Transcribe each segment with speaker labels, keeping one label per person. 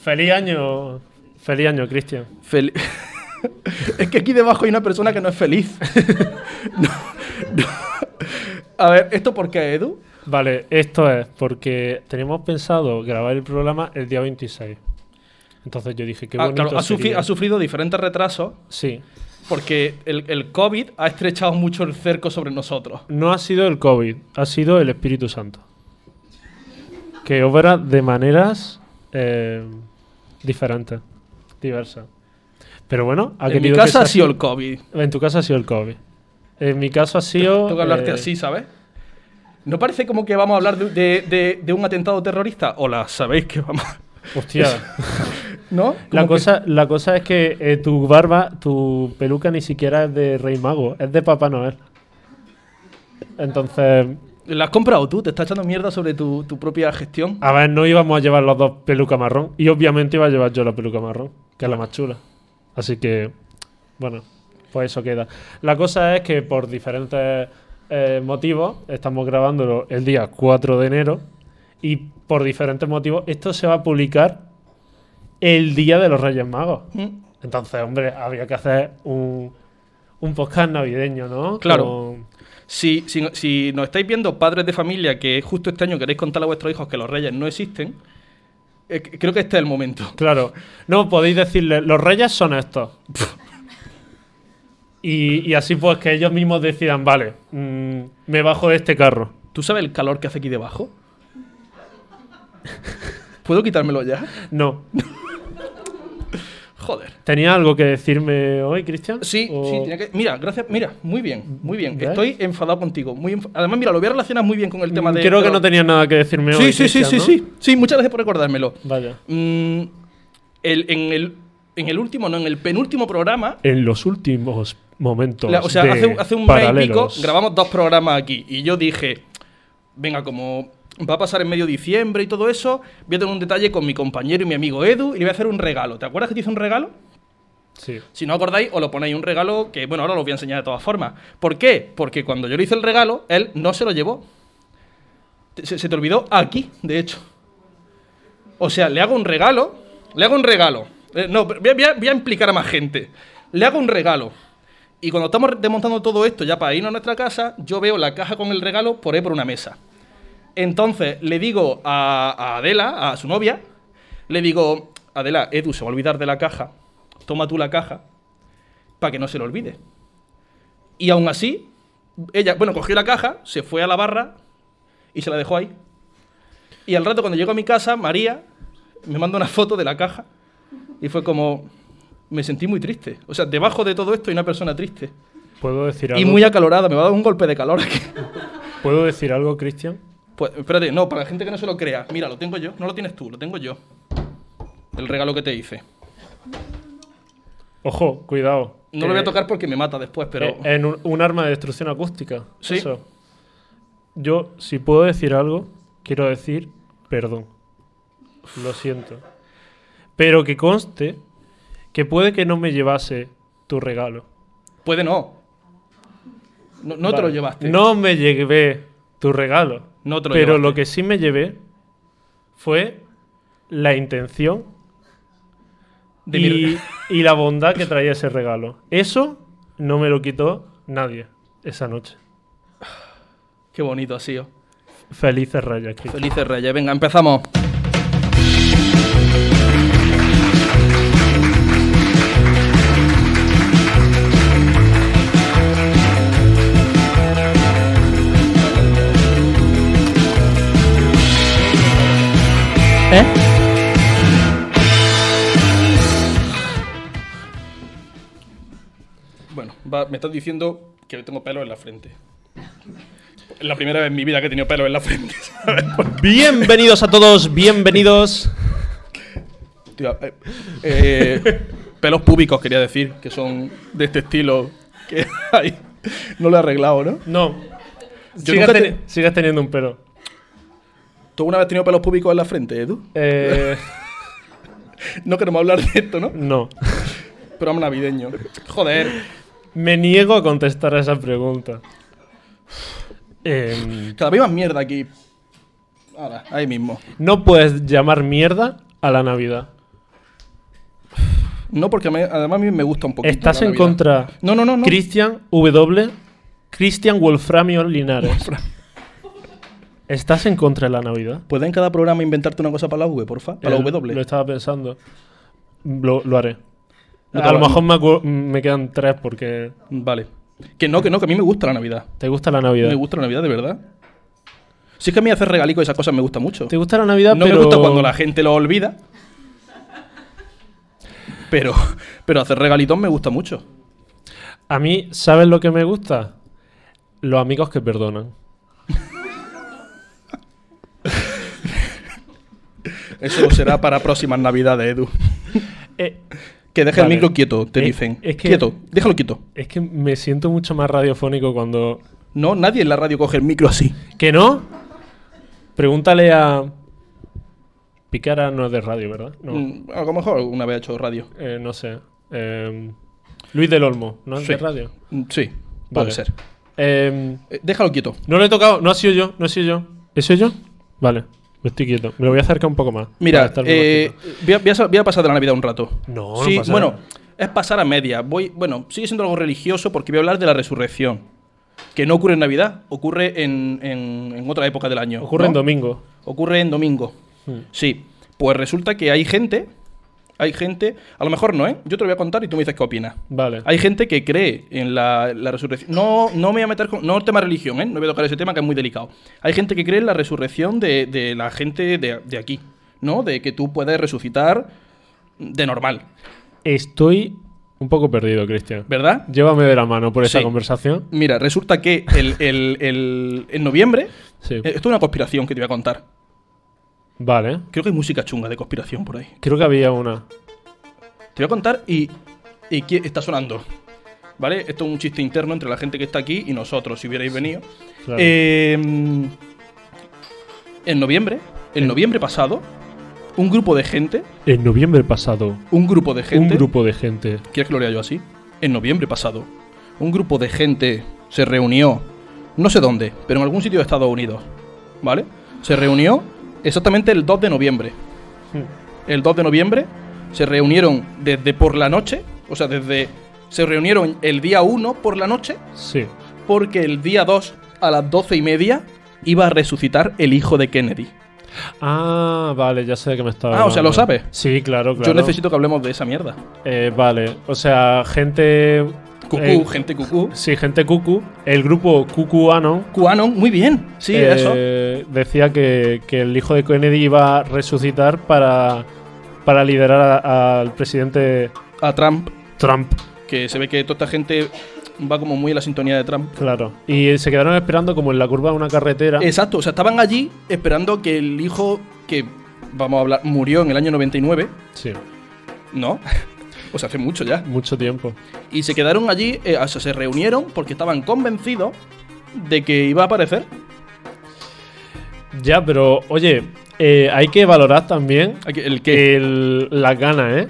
Speaker 1: Feliz año. Feliz año, Cristian.
Speaker 2: Fel- es que aquí debajo hay una persona que no es feliz. No, no. A ver, ¿esto por qué, Edu?
Speaker 1: Vale, esto es porque tenemos pensado grabar el programa el día 26. Entonces yo dije, qué
Speaker 2: Ah,
Speaker 1: bonito
Speaker 2: claro, ha, sufri-
Speaker 1: sería.
Speaker 2: ha sufrido diferentes retrasos
Speaker 1: Sí.
Speaker 2: porque el, el COVID ha estrechado mucho el cerco sobre nosotros.
Speaker 1: No ha sido el COVID, ha sido el Espíritu Santo. Que obra de maneras eh, diferentes, diversas. Pero bueno, ha
Speaker 2: en mi
Speaker 1: querido Ah, que
Speaker 2: casa ha
Speaker 1: sea
Speaker 2: sido
Speaker 1: así.
Speaker 2: el COVID.
Speaker 1: En tu casa ha sido el COVID. En mi caso ha sido.
Speaker 2: Tengo que hablarte
Speaker 1: eh,
Speaker 2: así, ¿sabes? ¿No parece como que vamos a hablar de, de- de- de un atentado terrorista? Hola, ¿sabéis que vamos? a-
Speaker 1: Hostia.
Speaker 2: ¿No?
Speaker 1: La
Speaker 2: Como que-
Speaker 1: cosa, la cosa es que eh, tu barba, tu peluca ni siquiera es de Rey Mago, es de Papá Noel. Entonces,
Speaker 2: ¿La has comprado tú? ¿Te estás echando mierda sobre tu, tu propia gestión?
Speaker 1: a ver, no íbamos a llevar los dos peluca marrón. Y obviamente iba a llevar yo la peluca marrón, que es la más chula. Así que, bueno, pues eso queda. La cosa es que por diferentes eh, motivos, estamos grabándolo el día 4 de enero. Y por diferentes motivos, esto se va a publicar el día de los Reyes Magos.
Speaker 2: ¿Mm?
Speaker 1: Entonces, hombre, había que hacer un, un podcast navideño, ¿no?
Speaker 2: Claro.
Speaker 1: Con-
Speaker 2: Si, si, no- si nos estáis viendo, padres de familia, que justo este año queréis contarle a vuestros hijos que los reyes no existen, eh, c- creo que este es el momento.
Speaker 1: claro. No, podéis decirle, los reyes son estos. y, y así pues que ellos mismos decidan, vale, mm, me bajo de este carro.
Speaker 2: ¿Tú sabes el calor que hace aquí debajo? ¿Puedo quitármelo ya?
Speaker 1: No.
Speaker 2: Joder.
Speaker 1: ¿Tenía algo que decirme hoy, Cristian?
Speaker 2: Sí,
Speaker 1: O-
Speaker 2: sí, tenía que... Mira, gracias, mira, muy bien, muy bien.
Speaker 1: ¿Ves?
Speaker 2: Estoy enfadado contigo. Muy enf- Además, mira, lo voy a relacionar muy bien con el tema de...
Speaker 1: Mm, Creo
Speaker 2: de
Speaker 1: que
Speaker 2: los-
Speaker 1: no tenía nada que decirme hoy.
Speaker 2: Sí, sí, sí,
Speaker 1: Cristian,
Speaker 2: sí,
Speaker 1: ¿no?
Speaker 2: sí. Sí, muchas gracias por recordármelo.
Speaker 1: Vaya.
Speaker 2: Mm, el- en, el, en el último, no, en el penúltimo programa,
Speaker 1: En los últimos momentos.
Speaker 2: La- o sea,
Speaker 1: de
Speaker 2: hace, un- hace un mes y pico
Speaker 1: paralelos.
Speaker 2: grabamos dos programas aquí y yo dije, venga, como va a pasar en medio diciembre y todo eso, voy a tener un detalle con mi compañero y mi amigo Edu y le voy a hacer un regalo. ¿Te acuerdas que te hice un regalo?
Speaker 1: Sí.
Speaker 2: Si no acordáis, os lo ponéis un regalo que, bueno, ahora lo voy a enseñar de todas formas. ¿Por qué? Porque cuando yo le hice el regalo, él no se lo llevó. Te- Se, se te olvidó aquí, de hecho. O sea, le hago un regalo. Le hago un regalo. Eh, no, pero voy a, voy a- voy a implicar a más gente. Le hago un regalo. Y cuando estamos desmontando todo esto ya para irnos a nuestra casa, yo veo la caja con el regalo por ahí por una mesa. Entonces le digo a, a Adela, a su novia, le digo, Adela, Edu se va a olvidar de la caja, toma tú la caja para que no se le olvide. Y aún así, ella, bueno, cogió la caja, se fue a la barra y se la dejó ahí. Y al rato cuando llego a mi casa, María me manda una foto de la caja y fue como, me sentí muy triste. O sea, debajo de todo esto hay una persona triste.
Speaker 1: ¿Puedo decir algo?
Speaker 2: Y muy acalorada, me va a dar un golpe de calor aquí.
Speaker 1: ¿Puedo decir algo, Cristian?
Speaker 2: Pues espérate, no, para la gente que no se lo crea, mira, lo tengo yo, no lo tienes tú, lo tengo yo. El regalo que te hice.
Speaker 1: Ojo, cuidado.
Speaker 2: No
Speaker 1: que
Speaker 2: lo voy a tocar porque me mata después, pero...
Speaker 1: e- En un, un arma de destrucción acústica.
Speaker 2: Sí.
Speaker 1: Eso. Yo, si puedo decir algo, quiero decir perdón. Lo siento. Pero que conste que puede que no me llevase tu regalo.
Speaker 2: Puede no. No, no te lo
Speaker 1: Vale.
Speaker 2: llevaste.
Speaker 1: No me llevé tu regalo.
Speaker 2: No te lo
Speaker 1: Pero
Speaker 2: llevaste.
Speaker 1: lo que sí me llevé fue la intención
Speaker 2: De mi
Speaker 1: y,
Speaker 2: re-
Speaker 1: y la bondad que traía ese regalo. Eso no me lo quitó nadie esa noche.
Speaker 2: Qué bonito ha sido.
Speaker 1: Felices rayas, Cristian.
Speaker 2: Felices Reyes, venga, empezamos. ¿Eh? Bueno, va- me estás diciendo que tengo pelo en la frente. Es la primera vez en mi vida que he tenido pelo en la frente.
Speaker 1: Bienvenidos a todos, bienvenidos.
Speaker 2: Tío, eh, eh, pelos públicos quería decir, que son de este estilo que hay. No lo he arreglado, ¿no?
Speaker 1: No,
Speaker 2: Yo
Speaker 1: sigas,
Speaker 2: nunca
Speaker 1: teni-
Speaker 2: te-
Speaker 1: sigas teniendo un pelo.
Speaker 2: ¿Tú alguna vez has tenido pelos públicos en la frente, Edu?
Speaker 1: Eh,
Speaker 2: No queremos hablar de esto, ¿no?
Speaker 1: no,
Speaker 2: Pero vamos navideño. Joder.
Speaker 1: me niego a contestar a esa pregunta. Em,
Speaker 2: Cada vez más mierda aquí. Ahora, ahí mismo.
Speaker 1: no puedes llamar mierda a la Navidad.
Speaker 2: No, porque me- además a mí me gusta un poquito.
Speaker 1: ¿Estás
Speaker 2: la
Speaker 1: en
Speaker 2: Navidad.
Speaker 1: contra
Speaker 2: No, no, no. no.
Speaker 1: Cristian W. Cristian Wolframio Linares? ¿Estás en contra de la Navidad?
Speaker 2: ¿Puedes en cada programa inventarte una cosa para la V, porfa? Para la
Speaker 1: Eh,
Speaker 2: W.
Speaker 1: Lo estaba pensando. Lo, lo haré.
Speaker 2: No te
Speaker 1: a lo
Speaker 2: lo-
Speaker 1: mejor me, acu- me quedan tres porque.
Speaker 2: Vale. Que no, que no, que a mí me gusta la Navidad.
Speaker 1: ¿Te gusta la Navidad?
Speaker 2: Me gusta la Navidad, de verdad. Si es que a mí hacer regalico y esas cosas me gusta mucho.
Speaker 1: ¿Te gusta la Navidad?
Speaker 2: No
Speaker 1: pero...
Speaker 2: me gusta cuando la gente lo olvida. Pero, pero hacer regalitos me gusta mucho.
Speaker 1: A mí, ¿sabes lo que me gusta? Los amigos que perdonan.
Speaker 2: Eso será para próximas navidades, Edu.
Speaker 1: Eh,
Speaker 2: Que dejes
Speaker 1: Vale.
Speaker 2: el micro quieto, te
Speaker 1: Eh,
Speaker 2: dicen.
Speaker 1: es que-
Speaker 2: Quieto, déjalo quieto.
Speaker 1: es que me siento mucho más radiofónico cuando.
Speaker 2: No, nadie en la radio coge el micro así.
Speaker 1: ¿Que no? Pregúntale a. Picara no es de radio, ¿verdad? No.
Speaker 2: Mm, A lo mejor alguna vez ha hecho radio.
Speaker 1: Eh, no sé. Eh, Luis del Olmo, ¿no es
Speaker 2: Sí.
Speaker 1: de radio?
Speaker 2: Mm, Sí,
Speaker 1: Vale.
Speaker 2: puede ser.
Speaker 1: Eh,
Speaker 2: Eh, déjalo quieto.
Speaker 1: no lo he tocado, no ha sido yo, no he sido yo. ¿He sido yo? Vale, me estoy quieto. Me lo voy a acercar un poco más. para
Speaker 2: Mira,
Speaker 1: estar
Speaker 2: eh,
Speaker 1: más
Speaker 2: voy, a, voy a- voy a pasar de la Navidad un rato.
Speaker 1: No, no
Speaker 2: sí,
Speaker 1: pasa
Speaker 2: bueno,
Speaker 1: nada.
Speaker 2: es pasar a media. Voy, bueno, sigue siendo algo religioso porque voy a hablar de la resurrección. Que no ocurre en Navidad, ocurre en, en- en otra época del año.
Speaker 1: quieto. Ocurre en
Speaker 2: eh, ¿no?
Speaker 1: domingo.
Speaker 2: Ocurre en domingo.
Speaker 1: Hmm.
Speaker 2: Sí. Pues resulta que hay gente, hay gente, a lo mejor no, ¿eh? Yo te lo voy a contar y tú me dices qué opinas.
Speaker 1: Vale.
Speaker 2: Hay gente que cree en la, la resurrección. No, no me voy a meter con. No tema religión, ¿eh? No voy a tocar ese tema que es muy delicado. Hay gente que cree en la resurrección de, de la gente de, de aquí, ¿no? De que tú puedes resucitar de normal,
Speaker 1: Estoy un poco perdido, Cristian.
Speaker 2: ¿verdad?
Speaker 1: Llévame de la mano por esta
Speaker 2: Sí.
Speaker 1: conversación.
Speaker 2: Mira, resulta que el, el- el- en noviembre.
Speaker 1: Sí.
Speaker 2: eh, Esto es una conspiración que te voy a contar.
Speaker 1: Vale.
Speaker 2: Creo que hay música chunga de conspiración por ahí.
Speaker 1: Creo que había una.
Speaker 2: Te voy a contar y, y qué está sonando. ¿Vale? Esto es un chiste interno entre la gente que está aquí y nosotros, si hubierais venido.
Speaker 1: claro.
Speaker 2: Eh, en noviembre, en noviembre pasado, un grupo de gente,
Speaker 1: En noviembre pasado,
Speaker 2: un grupo de
Speaker 1: un
Speaker 2: gente,
Speaker 1: grupo de gente.
Speaker 2: ¿quieres que lo lea yo así? En noviembre pasado, un grupo de gente se reunió, no sé dónde, pero en algún sitio de Estados Unidos, ¿vale? Se reunió exactamente el 2 de noviembre. Hmm. el 2 de noviembre, se reunieron desde por la noche, o sea, desde se reunieron el día 1 por la noche,
Speaker 1: Sí.
Speaker 2: porque el día 2 a las 12 y media iba a resucitar el hijo de Kennedy.
Speaker 1: Ah, vale, ya sé de qué me estaba.
Speaker 2: Ah, o sea,
Speaker 1: hablando.
Speaker 2: ¿lo sabes?
Speaker 1: Sí, claro, claro.
Speaker 2: Yo necesito que hablemos de esa mierda.
Speaker 1: Eh, vale, o sea, gente.
Speaker 2: Cucú,
Speaker 1: eh,
Speaker 2: gente cucú.
Speaker 1: Sí, gente cucu. El grupo Cucu Anon
Speaker 2: Cuanon, muy bien. Sí,
Speaker 1: Eh,
Speaker 2: eso.
Speaker 1: decía que, que el hijo de Kennedy iba a resucitar para, para liderar a- al presidente
Speaker 2: A Trump,
Speaker 1: Trump.
Speaker 2: que se ve que toda esta gente va como muy a la sintonía de Trump.
Speaker 1: Claro. Y se quedaron esperando como en la curva de una carretera.
Speaker 2: Exacto, o sea, estaban allí esperando que el hijo que, vamos a hablar, murió en el año 99,
Speaker 1: Sí,
Speaker 2: ¿no? O sea, hace mucho ya.
Speaker 1: mucho tiempo.
Speaker 2: Y se quedaron allí, eh, o sea, se reunieron porque estaban convencidos de que iba a aparecer.
Speaker 1: Ya, pero oye, eh, hay que valorar también
Speaker 2: Aquí- El
Speaker 1: Eh.
Speaker 2: que
Speaker 1: el- las ganas, ¿eh?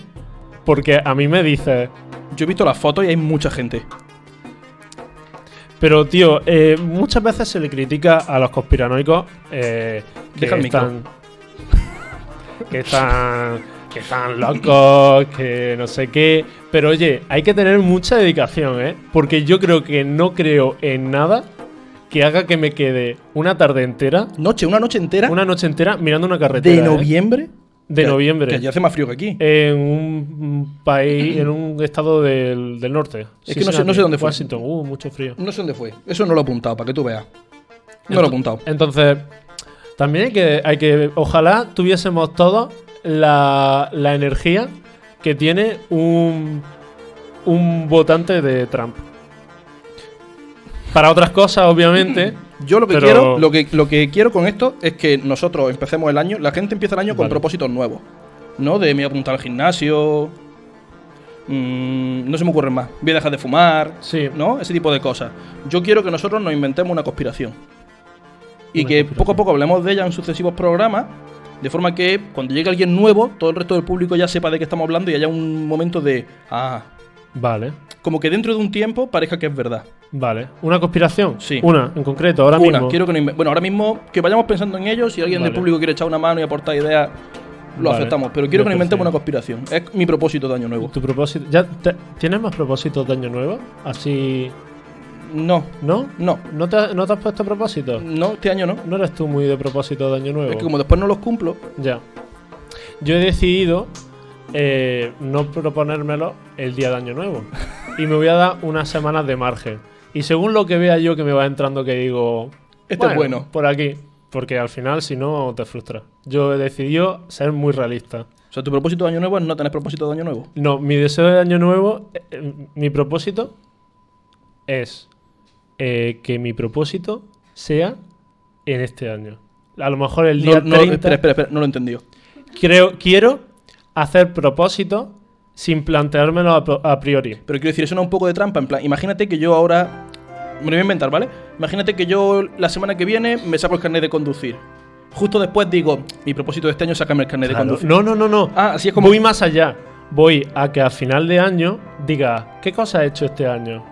Speaker 1: Porque a mí me dices,
Speaker 2: yo he visto las fotos y hay mucha gente.
Speaker 1: Pero, tío, eh, muchas veces se le critica a los conspiranoicos eh, que
Speaker 2: Deja el micro.
Speaker 1: están. que están. que están locos, que no sé qué. Pero oye, hay que tener mucha dedicación, ¿eh? Porque yo creo que no creo en nada que haga que me quede una tarde entera,
Speaker 2: Noche, una noche entera
Speaker 1: una noche entera mirando una
Speaker 2: de
Speaker 1: carretera. ¿eh?
Speaker 2: noviembre.
Speaker 1: De
Speaker 2: Que-
Speaker 1: noviembre. Eh.
Speaker 2: Que allí hace más frío que aquí.
Speaker 1: En un país, en un estado del, del norte.
Speaker 2: Es que no sé- no sé
Speaker 1: Cincinnati,
Speaker 2: dónde fue.
Speaker 1: Washington, uh, mucho frío.
Speaker 2: No sé dónde fue. Eso no lo he apuntado, para que tú veas. No lo he apuntado.
Speaker 1: Entonces, también hay que, hay que ojalá tuviésemos todos la, la energía que tiene un, un votante de Trump. Para otras cosas, obviamente.
Speaker 2: Yo lo que
Speaker 1: pero-
Speaker 2: quiero, lo que, lo que quiero con esto es que nosotros empecemos el año, la gente empieza el año con
Speaker 1: Vale.
Speaker 2: propósitos nuevos. ¿No? De me voy a apuntar al gimnasio. mm, no se me ocurren más. Voy a dejar de fumar.
Speaker 1: Sí.
Speaker 2: ¿no? Ese tipo de cosas. Yo quiero que nosotros nos inventemos una conspiración. Y
Speaker 1: Una
Speaker 2: que
Speaker 1: conspiración.
Speaker 2: poco a poco hablemos de ella en sucesivos programas, de forma que cuando llegue alguien nuevo, todo el resto del público ya sepa de qué estamos hablando y haya un momento de, ah,
Speaker 1: Vale,
Speaker 2: como que dentro de un tiempo parezca que es verdad.
Speaker 1: vale. ¿una conspiración?
Speaker 2: Sí.
Speaker 1: Una, en concreto, ahora
Speaker 2: Una,
Speaker 1: mismo.
Speaker 2: quiero que nos inven- Bueno, ahora mismo que vayamos pensando en ello, si alguien del
Speaker 1: Vale.
Speaker 2: público quiere echar una mano y aportar ideas, lo
Speaker 1: Vale.
Speaker 2: aceptamos, pero quiero
Speaker 1: Me
Speaker 2: que no inventemos
Speaker 1: parece
Speaker 2: una conspiración. Es mi propósito de año nuevo.
Speaker 1: ¿Tu propósito? ¿Ya te- ¿Tienes más propósitos de año nuevo? Así.
Speaker 2: No,
Speaker 1: ¿No?
Speaker 2: no,
Speaker 1: ¿No te, has- no te has puesto propósitos?
Speaker 2: no, este año no.
Speaker 1: ¿No eres tú muy de propósito de año nuevo?
Speaker 2: Es que como después no los cumplo,
Speaker 1: Ya. Yo he decidido eh, no proponérmelo el día de Año Nuevo. Y me voy a dar unas semanas de margen. Y según lo que vea yo que me va entrando, que digo.
Speaker 2: Esto es bueno.
Speaker 1: Por aquí. Porque al final, si no, te frustras. Yo he decidido ser muy realista.
Speaker 2: o sea, tu propósito de año nuevo es no tener propósito de año nuevo.
Speaker 1: No, mi deseo de Año Nuevo, eh, eh, mi propósito es eh, que mi propósito sea en este año. A lo mejor el día
Speaker 2: No, no,
Speaker 1: 30
Speaker 2: espera, espera, espera, no lo he entendido.
Speaker 1: Creo, quiero hacer propósitos sin planteármelo a, pro- a priori.
Speaker 2: Pero quiero decir, eso no es un poco de trampa. En plan, imagínate que yo ahora. Me lo voy a inventar, ¿vale? Imagínate que yo la semana que viene me saco el carnet de conducir. Justo después digo, mi propósito de este año es sacarme el carnet de
Speaker 1: Claro.
Speaker 2: conducir.
Speaker 1: No, no, no, no.
Speaker 2: Ah, así es como-
Speaker 1: Voy más allá. Voy a que a final de año diga, ¿qué cosa he hecho este año?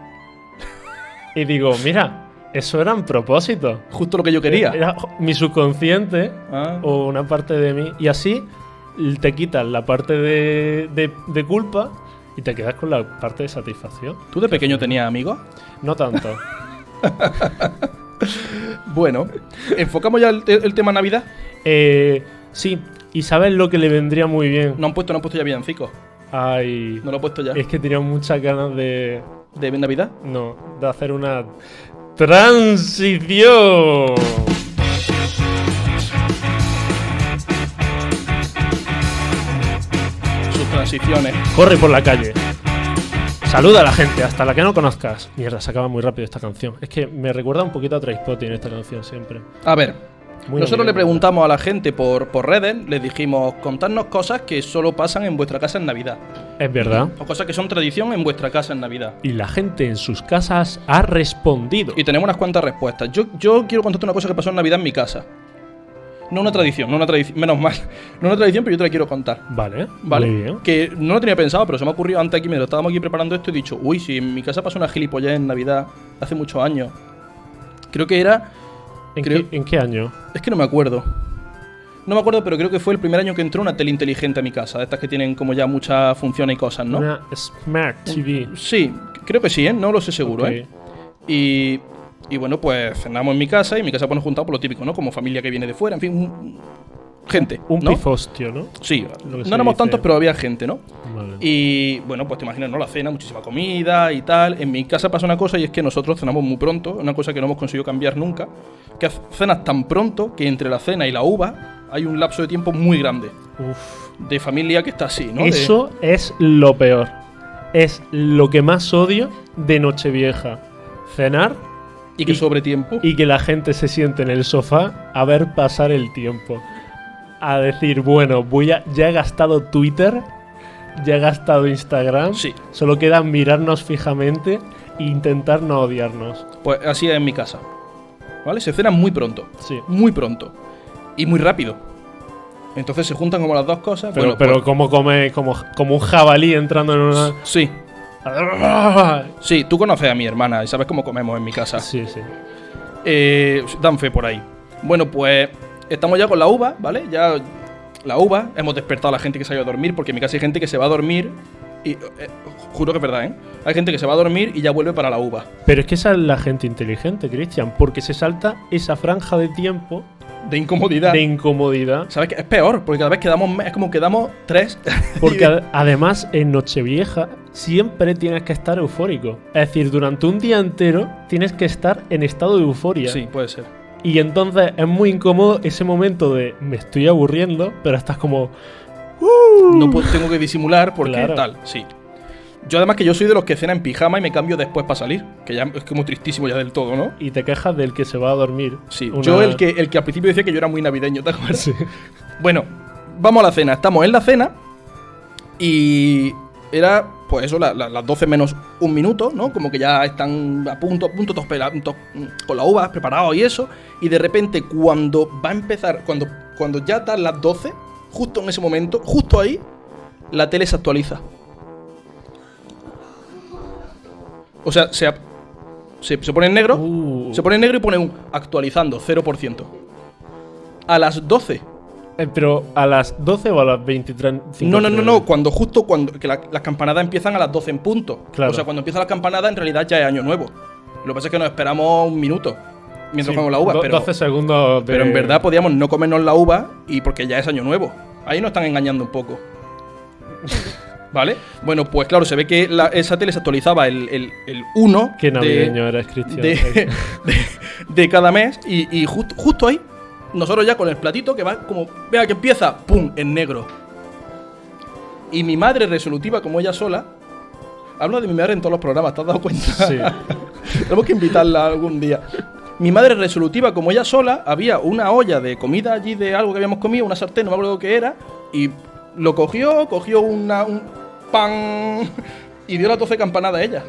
Speaker 1: Y digo, mira, eso eran propósitos.
Speaker 2: Justo lo que yo quería.
Speaker 1: Era jo- mi subconsciente
Speaker 2: Ah.
Speaker 1: o una parte de mí. Y así l- te quitas la parte de, de- de culpa y te quedas con la parte de satisfacción.
Speaker 2: ¿Tú de pequeño tenías amigos?
Speaker 1: No tanto.
Speaker 2: Bueno, enfocamos ya el, el tema Navidad.
Speaker 1: Eh, sí, y sabes lo que le vendría muy bien.
Speaker 2: No han puesto, no han puesto ya villancicos.
Speaker 1: Ay,
Speaker 2: No lo he puesto ya.
Speaker 1: es que tenía muchas ganas de.
Speaker 2: ¿De Navidad?
Speaker 1: No, de hacer una transición.
Speaker 2: Sus transiciones.
Speaker 1: Corre por la calle. Saluda a la gente, hasta la que no conozcas. Mierda, se acaba muy rápido esta canción. Es que me recuerda un poquito a Trainspotting esta canción siempre.
Speaker 2: A ver,
Speaker 1: Muy
Speaker 2: nosotros
Speaker 1: amigable.
Speaker 2: le preguntamos a la gente por, por redes, les dijimos, contadnos cosas que solo pasan en vuestra casa en Navidad.
Speaker 1: Es verdad.
Speaker 2: O cosas que son tradición en vuestra casa en Navidad.
Speaker 1: Y la gente en sus casas ha respondido.
Speaker 2: Y tenemos unas cuantas respuestas. Yo, yo quiero contarte una cosa que pasó en Navidad en mi casa. No una tradición, no una tradición, menos mal. No una tradición, pero yo te la quiero contar.
Speaker 1: Vale,
Speaker 2: Vale,
Speaker 1: muy bien.
Speaker 2: que no lo tenía pensado, pero se me ha ocurrido antes aquí, mientras estábamos aquí preparando esto, he dicho, uy, si en mi casa pasó una gilipollez en Navidad hace muchos años. Creo que era.
Speaker 1: ¿En,
Speaker 2: creo-
Speaker 1: qué, en qué año?
Speaker 2: Es que no me acuerdo. No me acuerdo, pero creo que fue el primer año que entró una tele inteligente a mi casa, de estas que tienen como ya muchas funciones y cosas, ¿no?
Speaker 1: Una Smart TV.
Speaker 2: Sí, creo que sí, ¿eh? No lo sé seguro,
Speaker 1: Ok.
Speaker 2: ¿eh? Y, y bueno, pues cenamos en mi casa y en mi casa ponemos juntado por lo típico, ¿no? Como familia que viene de fuera, en fin, un- gente.
Speaker 1: Un
Speaker 2: ¿no?
Speaker 1: pifostio, ¿no?
Speaker 2: Sí,
Speaker 1: Lo
Speaker 2: no
Speaker 1: que
Speaker 2: éramos
Speaker 1: se dice.
Speaker 2: tantos, pero había gente, ¿no?
Speaker 1: Vale.
Speaker 2: Y bueno, pues te imaginas, ¿no? La cena, muchísima comida y tal. En mi casa pasa una cosa y es que nosotros cenamos muy pronto, una cosa que no hemos conseguido cambiar nunca, que haz- cenas tan pronto que entre la cena y la uva hay un lapso de tiempo muy grande.
Speaker 1: Uf.
Speaker 2: De familia que está así, ¿no? De-
Speaker 1: Eso es lo peor. Es lo que más odio de Nochevieja. Cenar
Speaker 2: y que
Speaker 1: y-
Speaker 2: sobre tiempo.
Speaker 1: y que la gente se siente en el sofá a ver pasar el tiempo. A decir, bueno, voy a, ya he gastado Twitter, ya he gastado Instagram.
Speaker 2: Sí.
Speaker 1: Solo queda mirarnos fijamente e intentar no odiarnos.
Speaker 2: Pues así es en mi casa. ¿Vale? Se cenan muy pronto.
Speaker 1: Sí.
Speaker 2: Muy pronto. Y muy rápido. Entonces se juntan como las dos cosas.
Speaker 1: Pero,
Speaker 2: bueno,
Speaker 1: pero como come, como, como un jabalí entrando en una.
Speaker 2: pues, sí. Sí, tú conoces a mi hermana y sabes cómo comemos en mi casa.
Speaker 1: Sí, sí.
Speaker 2: Eh, dan fe por ahí. Bueno, pues estamos ya con la uva, ¿vale? Ya la uva, hemos despertado a la gente que se ha ido a dormir, porque en mi casa hay gente que se va a dormir y... eh, juro que es verdad, ¿eh? Hay gente que se va a dormir y ya vuelve para la uva.
Speaker 1: Pero es que esa es la gente inteligente, Cristian, porque se salta esa franja de tiempo
Speaker 2: De incomodidad.
Speaker 1: de incomodidad.
Speaker 2: ¿Sabes qué? Es peor, porque cada vez quedamos... me- Es como quedamos tres...
Speaker 1: Porque ad- además en Nochevieja siempre tienes que estar eufórico. Es decir, durante un día entero tienes que estar en estado de euforia.
Speaker 2: sí, puede ser.
Speaker 1: Y entonces es muy incómodo ese momento de me estoy aburriendo, pero estás como...
Speaker 2: No puedo- tengo que disimular porque
Speaker 1: Claro.
Speaker 2: tal, sí. Yo además que yo soy de los que cena en pijama y me cambio después para salir, que ya es como tristísimo ya del todo, ¿no?
Speaker 1: Y te quejas del que se va a dormir.
Speaker 2: Sí,
Speaker 1: Una-
Speaker 2: yo el que, el que al principio decía que yo era muy navideño, ¿te acuerdas?
Speaker 1: Sí.
Speaker 2: Bueno, vamos a la cena. Estamos en la cena y era, pues eso, la- la- las 12 menos un minuto, ¿no? Como que ya están a punto, a punto, todos pela- todos, mm, con las uvas preparados y eso. Y de repente, cuando va a empezar, cuando, cuando ya dan las 12, justo en ese momento, justo ahí, la tele se actualiza. O sea, se, ap- se, se pone en negro.
Speaker 1: Uh.
Speaker 2: Se pone en negro y pone un actualizando, 0%. A las 12
Speaker 1: Eh, pero a las 12 o a las 23.
Speaker 2: No, no, no, no. Cuando justo cuando. Que la- las campanadas empiezan a las 12 en punto.
Speaker 1: Claro.
Speaker 2: O sea, cuando empieza la campanada, en realidad ya es año nuevo. Lo que pasa es que nos esperamos un minuto mientras
Speaker 1: Sí,
Speaker 2: comemos la uva.
Speaker 1: do-
Speaker 2: Pero,
Speaker 1: 12 segundos de-
Speaker 2: pero en verdad podíamos no comernos la uva y porque ya es año nuevo. Ahí nos están engañando un poco. ¿Vale? Bueno, pues claro, se ve que la- esa tele se actualizaba el, el, el 1
Speaker 1: Qué
Speaker 2: de-
Speaker 1: navideño eres, Cristian.
Speaker 2: de, de- de cada mes y, y justo- justo ahí, nosotros ya con el platito que va como, vea que empieza, ¡pum!, en negro. Y mi madre resolutiva como ella sola, hablo de mi madre en todos los programas, ¿te has dado cuenta?
Speaker 1: Sí.
Speaker 2: Tenemos que invitarla algún día. Mi madre resolutiva como ella sola, había una olla de comida allí de algo que habíamos comido, una sartén, no me acuerdo qué era, y lo cogió, cogió una, un pan y dio las 12 campanadas a ella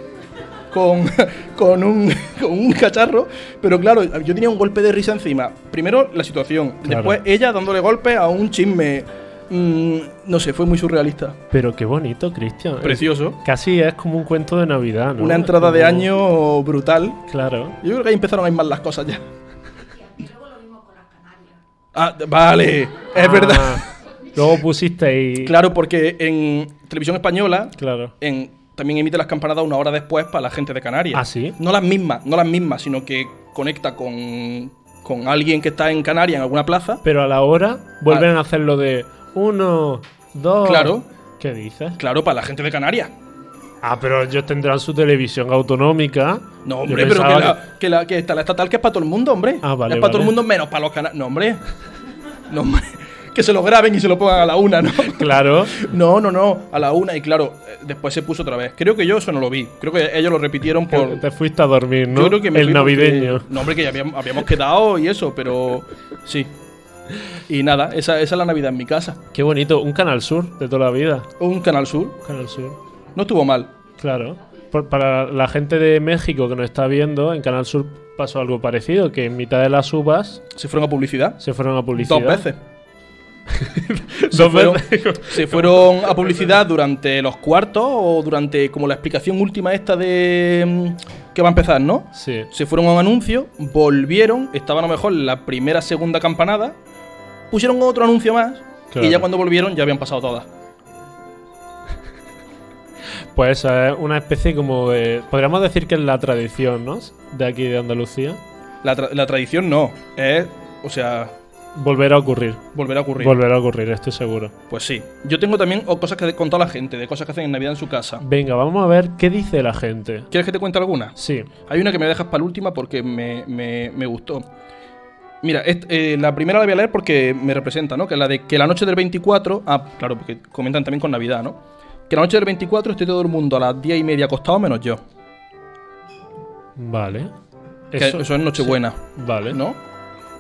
Speaker 2: con, con, un, con un cacharro, pero claro, yo tenía un golpe de risa encima. Primero la situación,
Speaker 1: Claro.
Speaker 2: después ella dándole golpe a un chisme. Mm, no sé, fue muy surrealista.
Speaker 1: Pero qué bonito, Cristian.
Speaker 2: Precioso.
Speaker 1: Casi es como un cuento de Navidad, ¿no?
Speaker 2: Una entrada de
Speaker 1: Como-
Speaker 2: año brutal.
Speaker 1: Claro.
Speaker 2: Yo creo que ahí empezaron a ir mal las cosas ya. Ah, d- vale, es
Speaker 1: Ah,
Speaker 2: verdad.
Speaker 1: Luego pusiste ahí.
Speaker 2: Claro, porque en televisión española
Speaker 1: Claro.
Speaker 2: en- también emite las campanadas una hora después para la gente de Canarias.
Speaker 1: ¿Ah, sí?
Speaker 2: No las mismas, no las mismas, sino que conecta con, con alguien que está en Canarias, en alguna plaza.
Speaker 1: Pero a la hora vuelven a hacer lo de uno, dos.
Speaker 2: Ah. Claro.
Speaker 1: ¿Qué dices?
Speaker 2: Claro, para la gente de Canarias.
Speaker 1: Ah, pero ellos tendrán su televisión autonómica.
Speaker 2: No,
Speaker 1: Yo
Speaker 2: hombre, pero que
Speaker 1: pensaba
Speaker 2: la, que, la, que está la estatal que es para todo el mundo, hombre.
Speaker 1: Ah, vale,
Speaker 2: Es para todo el
Speaker 1: vale.
Speaker 2: mundo menos para los canarios. No, hombre. No, hombre. Que se lo graben y se lo pongan a la una, ¿no?
Speaker 1: Claro.
Speaker 2: No, no, no. A la una y claro, eh, después se puso otra vez. Creo que yo eso no lo vi. Creo que ellos lo repitieron por,
Speaker 1: Te fuiste a dormir, ¿no?
Speaker 2: Yo creo que me
Speaker 1: El
Speaker 2: fui porque-
Speaker 1: navideño.
Speaker 2: no, hombre, que ya habíamos, habíamos quedado y eso, pero sí. Y nada, esa, esa es la Navidad en mi casa.
Speaker 1: Qué bonito. Un Canal Sur de toda la vida.
Speaker 2: Un Canal Sur.
Speaker 1: Un Canal Sur.
Speaker 2: No estuvo mal.
Speaker 1: Claro. Por- para la gente de México que nos está viendo, en Canal Sur pasó algo parecido, que en mitad de las uvas
Speaker 2: Se fueron a publicidad.
Speaker 1: se fueron a publicidad.
Speaker 2: Dos veces.
Speaker 1: Dos
Speaker 2: Fueron-
Speaker 1: veces.
Speaker 2: se fueron a publicidad durante los cuartos o durante como la explicación última esta de... mm, que va a empezar, ¿no?
Speaker 1: sí.
Speaker 2: Se fueron a un anuncio, volvieron, estaban a lo mejor en la primera, segunda campanada, pusieron otro anuncio más
Speaker 1: Claro.
Speaker 2: y ya cuando volvieron ya habían pasado todas.
Speaker 1: Pues esa es una especie como de... Podríamos decir que es la tradición, ¿no? De aquí de Andalucía.
Speaker 2: La, tra- la tradición no, es, o sea,
Speaker 1: Volverá a ocurrir.
Speaker 2: volver a ocurrir.
Speaker 1: Volverá a ocurrir, estoy seguro.
Speaker 2: pues sí. Yo tengo también o, cosas que he contado a la gente, de cosas que hacen en Navidad en su casa.
Speaker 1: Venga, vamos a ver qué dice la gente.
Speaker 2: ¿Quieres que te cuente alguna?
Speaker 1: Sí,
Speaker 2: Hay una que me dejas para la última porque me, me- me gustó. Mira, est- eh, la primera la voy a leer porque me representa, ¿no? Que es la de que la noche del 24. Ah, claro, porque comentan también con Navidad, ¿no? Que la noche del 24 esté todo el mundo a las 10 y media acostado menos yo.
Speaker 1: vale.
Speaker 2: Que Eso, es Nochebuena,
Speaker 1: Vale.
Speaker 2: ¿no?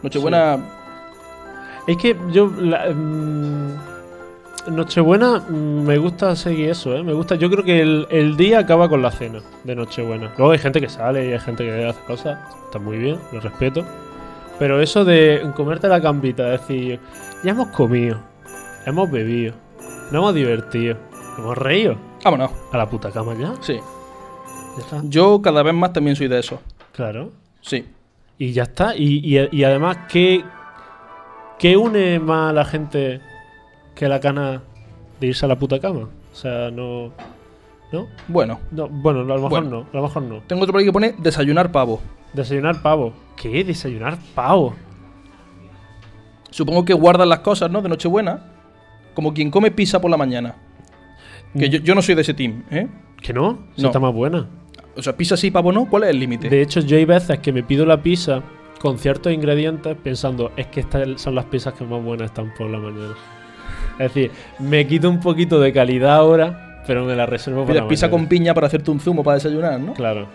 Speaker 2: Nochebuena.
Speaker 1: Es que yo. la- mm, Nochebuena mm, me gusta seguir eso, ¿eh? Me gusta. Yo creo que el, el día acaba con la cena de Nochebuena. Luego hay gente que sale y hay gente que hace cosas. Está muy bien, lo respeto. Pero eso de comerte la gambita, es decir, ya hemos comido, hemos bebido, nos hemos divertido, hemos reído.
Speaker 2: Vámonos,
Speaker 1: A la puta cama ya.
Speaker 2: sí.
Speaker 1: Ya está.
Speaker 2: Yo cada vez más también soy de eso.
Speaker 1: Claro.
Speaker 2: Sí.
Speaker 1: Y ya está. Y, y- y además, ¿qué, qué une más a la gente que la cana de irse a la puta cama? O sea, no. ¿No?
Speaker 2: Bueno,
Speaker 1: no bueno, a lo mejor
Speaker 2: Bueno.
Speaker 1: no. A lo mejor no.
Speaker 2: tengo otro por aquí que pone desayunar pavo.
Speaker 1: Desayunar pavo. ¿Qué? ¿Desayunar pavo?
Speaker 2: Supongo que guardan las cosas, ¿no? De Nochebuena. Como quien come pizza por la mañana. Que yo, yo no soy de ese team, ¿eh?
Speaker 1: ¿Que no? Si
Speaker 2: No.
Speaker 1: está más buena.
Speaker 2: O sea, pizza sí, pavo no. ¿Cuál es el límite?
Speaker 1: De hecho, yo hay veces que me pido la pizza con ciertos ingredientes pensando, es que estas son las pizzas que más buenas están por la mañana. Es decir, me quito un poquito de calidad ahora, pero me la reservo para
Speaker 2: Pides
Speaker 1: la
Speaker 2: pizza
Speaker 1: mañana.
Speaker 2: con piña para hacerte un zumo para desayunar, ¿no?
Speaker 1: Claro.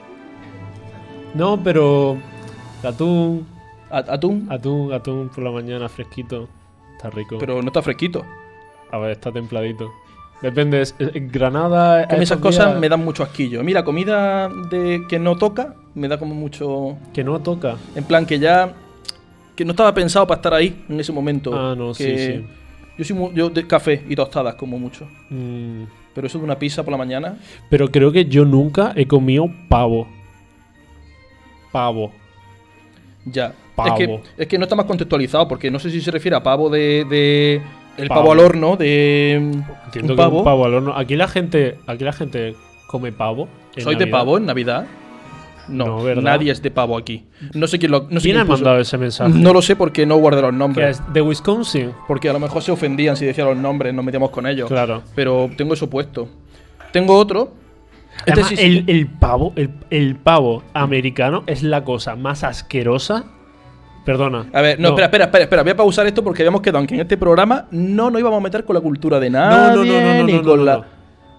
Speaker 1: No, pero atún,
Speaker 2: A- Atún,
Speaker 1: atún, atún por la mañana fresquito. Está rico.
Speaker 2: pero no está fresquito.
Speaker 1: A ver, está templadito. Depende, es- es- en Granada...
Speaker 2: Que a mí esas
Speaker 1: estos
Speaker 2: cosas
Speaker 1: días
Speaker 2: me dan mucho asquillo. Mira, comida de que no toca me da como mucho...
Speaker 1: Que no toca.
Speaker 2: En plan, que ya... Que no estaba pensado para estar ahí en ese momento.
Speaker 1: Ah, no, sí,
Speaker 2: Que-
Speaker 1: sí.
Speaker 2: Yo soy mu- yo de café y tostadas como mucho.
Speaker 1: Mm,
Speaker 2: Pero eso de una pizza por la mañana...
Speaker 1: Pero creo que yo nunca he comido pavo. Pavo.
Speaker 2: Ya.
Speaker 1: Pavo.
Speaker 2: Es que, es que no está más contextualizado, porque no sé si se refiere a pavo de. de- el pavo.
Speaker 1: Pavo.
Speaker 2: al horno, de. mm,
Speaker 1: Entiendo
Speaker 2: un
Speaker 1: que
Speaker 2: pavo.
Speaker 1: un pavo al horno. Aquí la gente, aquí la gente come pavo. en
Speaker 2: ¿Soy de
Speaker 1: Navidad.
Speaker 2: pavo en Navidad? No,
Speaker 1: No, ¿verdad?
Speaker 2: nadie es de pavo aquí. No sé quién lo. No sé
Speaker 1: ¿Quién
Speaker 2: quién
Speaker 1: ha
Speaker 2: puso-
Speaker 1: mandado ese mensaje?
Speaker 2: No lo sé porque no guardé los
Speaker 1: Que
Speaker 2: nombres.
Speaker 1: es de Wisconsin.
Speaker 2: Porque a lo mejor se ofendían si decía los nombres, nos metíamos con ellos.
Speaker 1: Claro.
Speaker 2: Pero tengo eso puesto. Tengo otro. Este
Speaker 1: Además,
Speaker 2: sí-
Speaker 1: el, el pavo, el, el pavo americano es la cosa más asquerosa. Perdona.
Speaker 2: A ver, no, espera, espera, espera, espera. Voy a pausar esto porque habíamos quedado en que en este programa no nos íbamos a meter con la cultura de
Speaker 1: No,
Speaker 2: nadie.
Speaker 1: no, no, no, no,
Speaker 2: ni
Speaker 1: no, no,
Speaker 2: con
Speaker 1: no,
Speaker 2: la-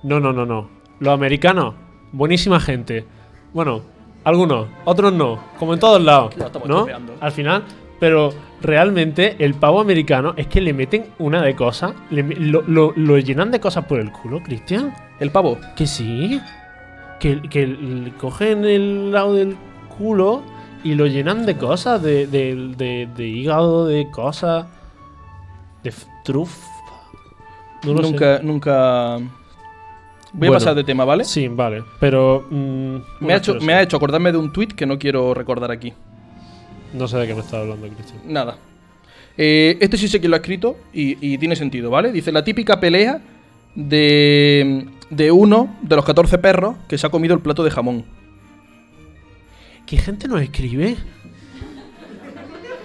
Speaker 1: no, no, no, no. Los americanos, buenísima gente. Bueno, algunos, otros no, como en todos lados,
Speaker 2: Lo estamos
Speaker 1: ¿no?
Speaker 2: estropeando.
Speaker 1: Al final, pero realmente el pavo americano es que le meten una de cosas, le me- lo, lo- lo llenan de cosas por el culo, Cristian.
Speaker 2: El pavo.
Speaker 1: Que sí, que, que le cogen el lado del culo y lo llenan de cosas, de, de- de- de hígado, de cosas, de f- trufa. No lo sé.
Speaker 2: nunca, nunca. Voy
Speaker 1: Bueno.
Speaker 2: a pasar de tema, ¿vale?
Speaker 1: Sí, vale, pero... mm,
Speaker 2: Me ha,
Speaker 1: bueno,
Speaker 2: hecho,
Speaker 1: pero
Speaker 2: me ha
Speaker 1: sí.
Speaker 2: hecho acordarme de un tweet que no quiero recordar aquí.
Speaker 1: No sé de qué me estás hablando, Cristian.
Speaker 2: Nada. Eh, este sí sé quién lo ha escrito y, y tiene sentido, ¿vale? Dice la típica pelea de, de uno de los 14 perros que se ha comido el plato de jamón.
Speaker 1: ¿Qué gente nos escribe?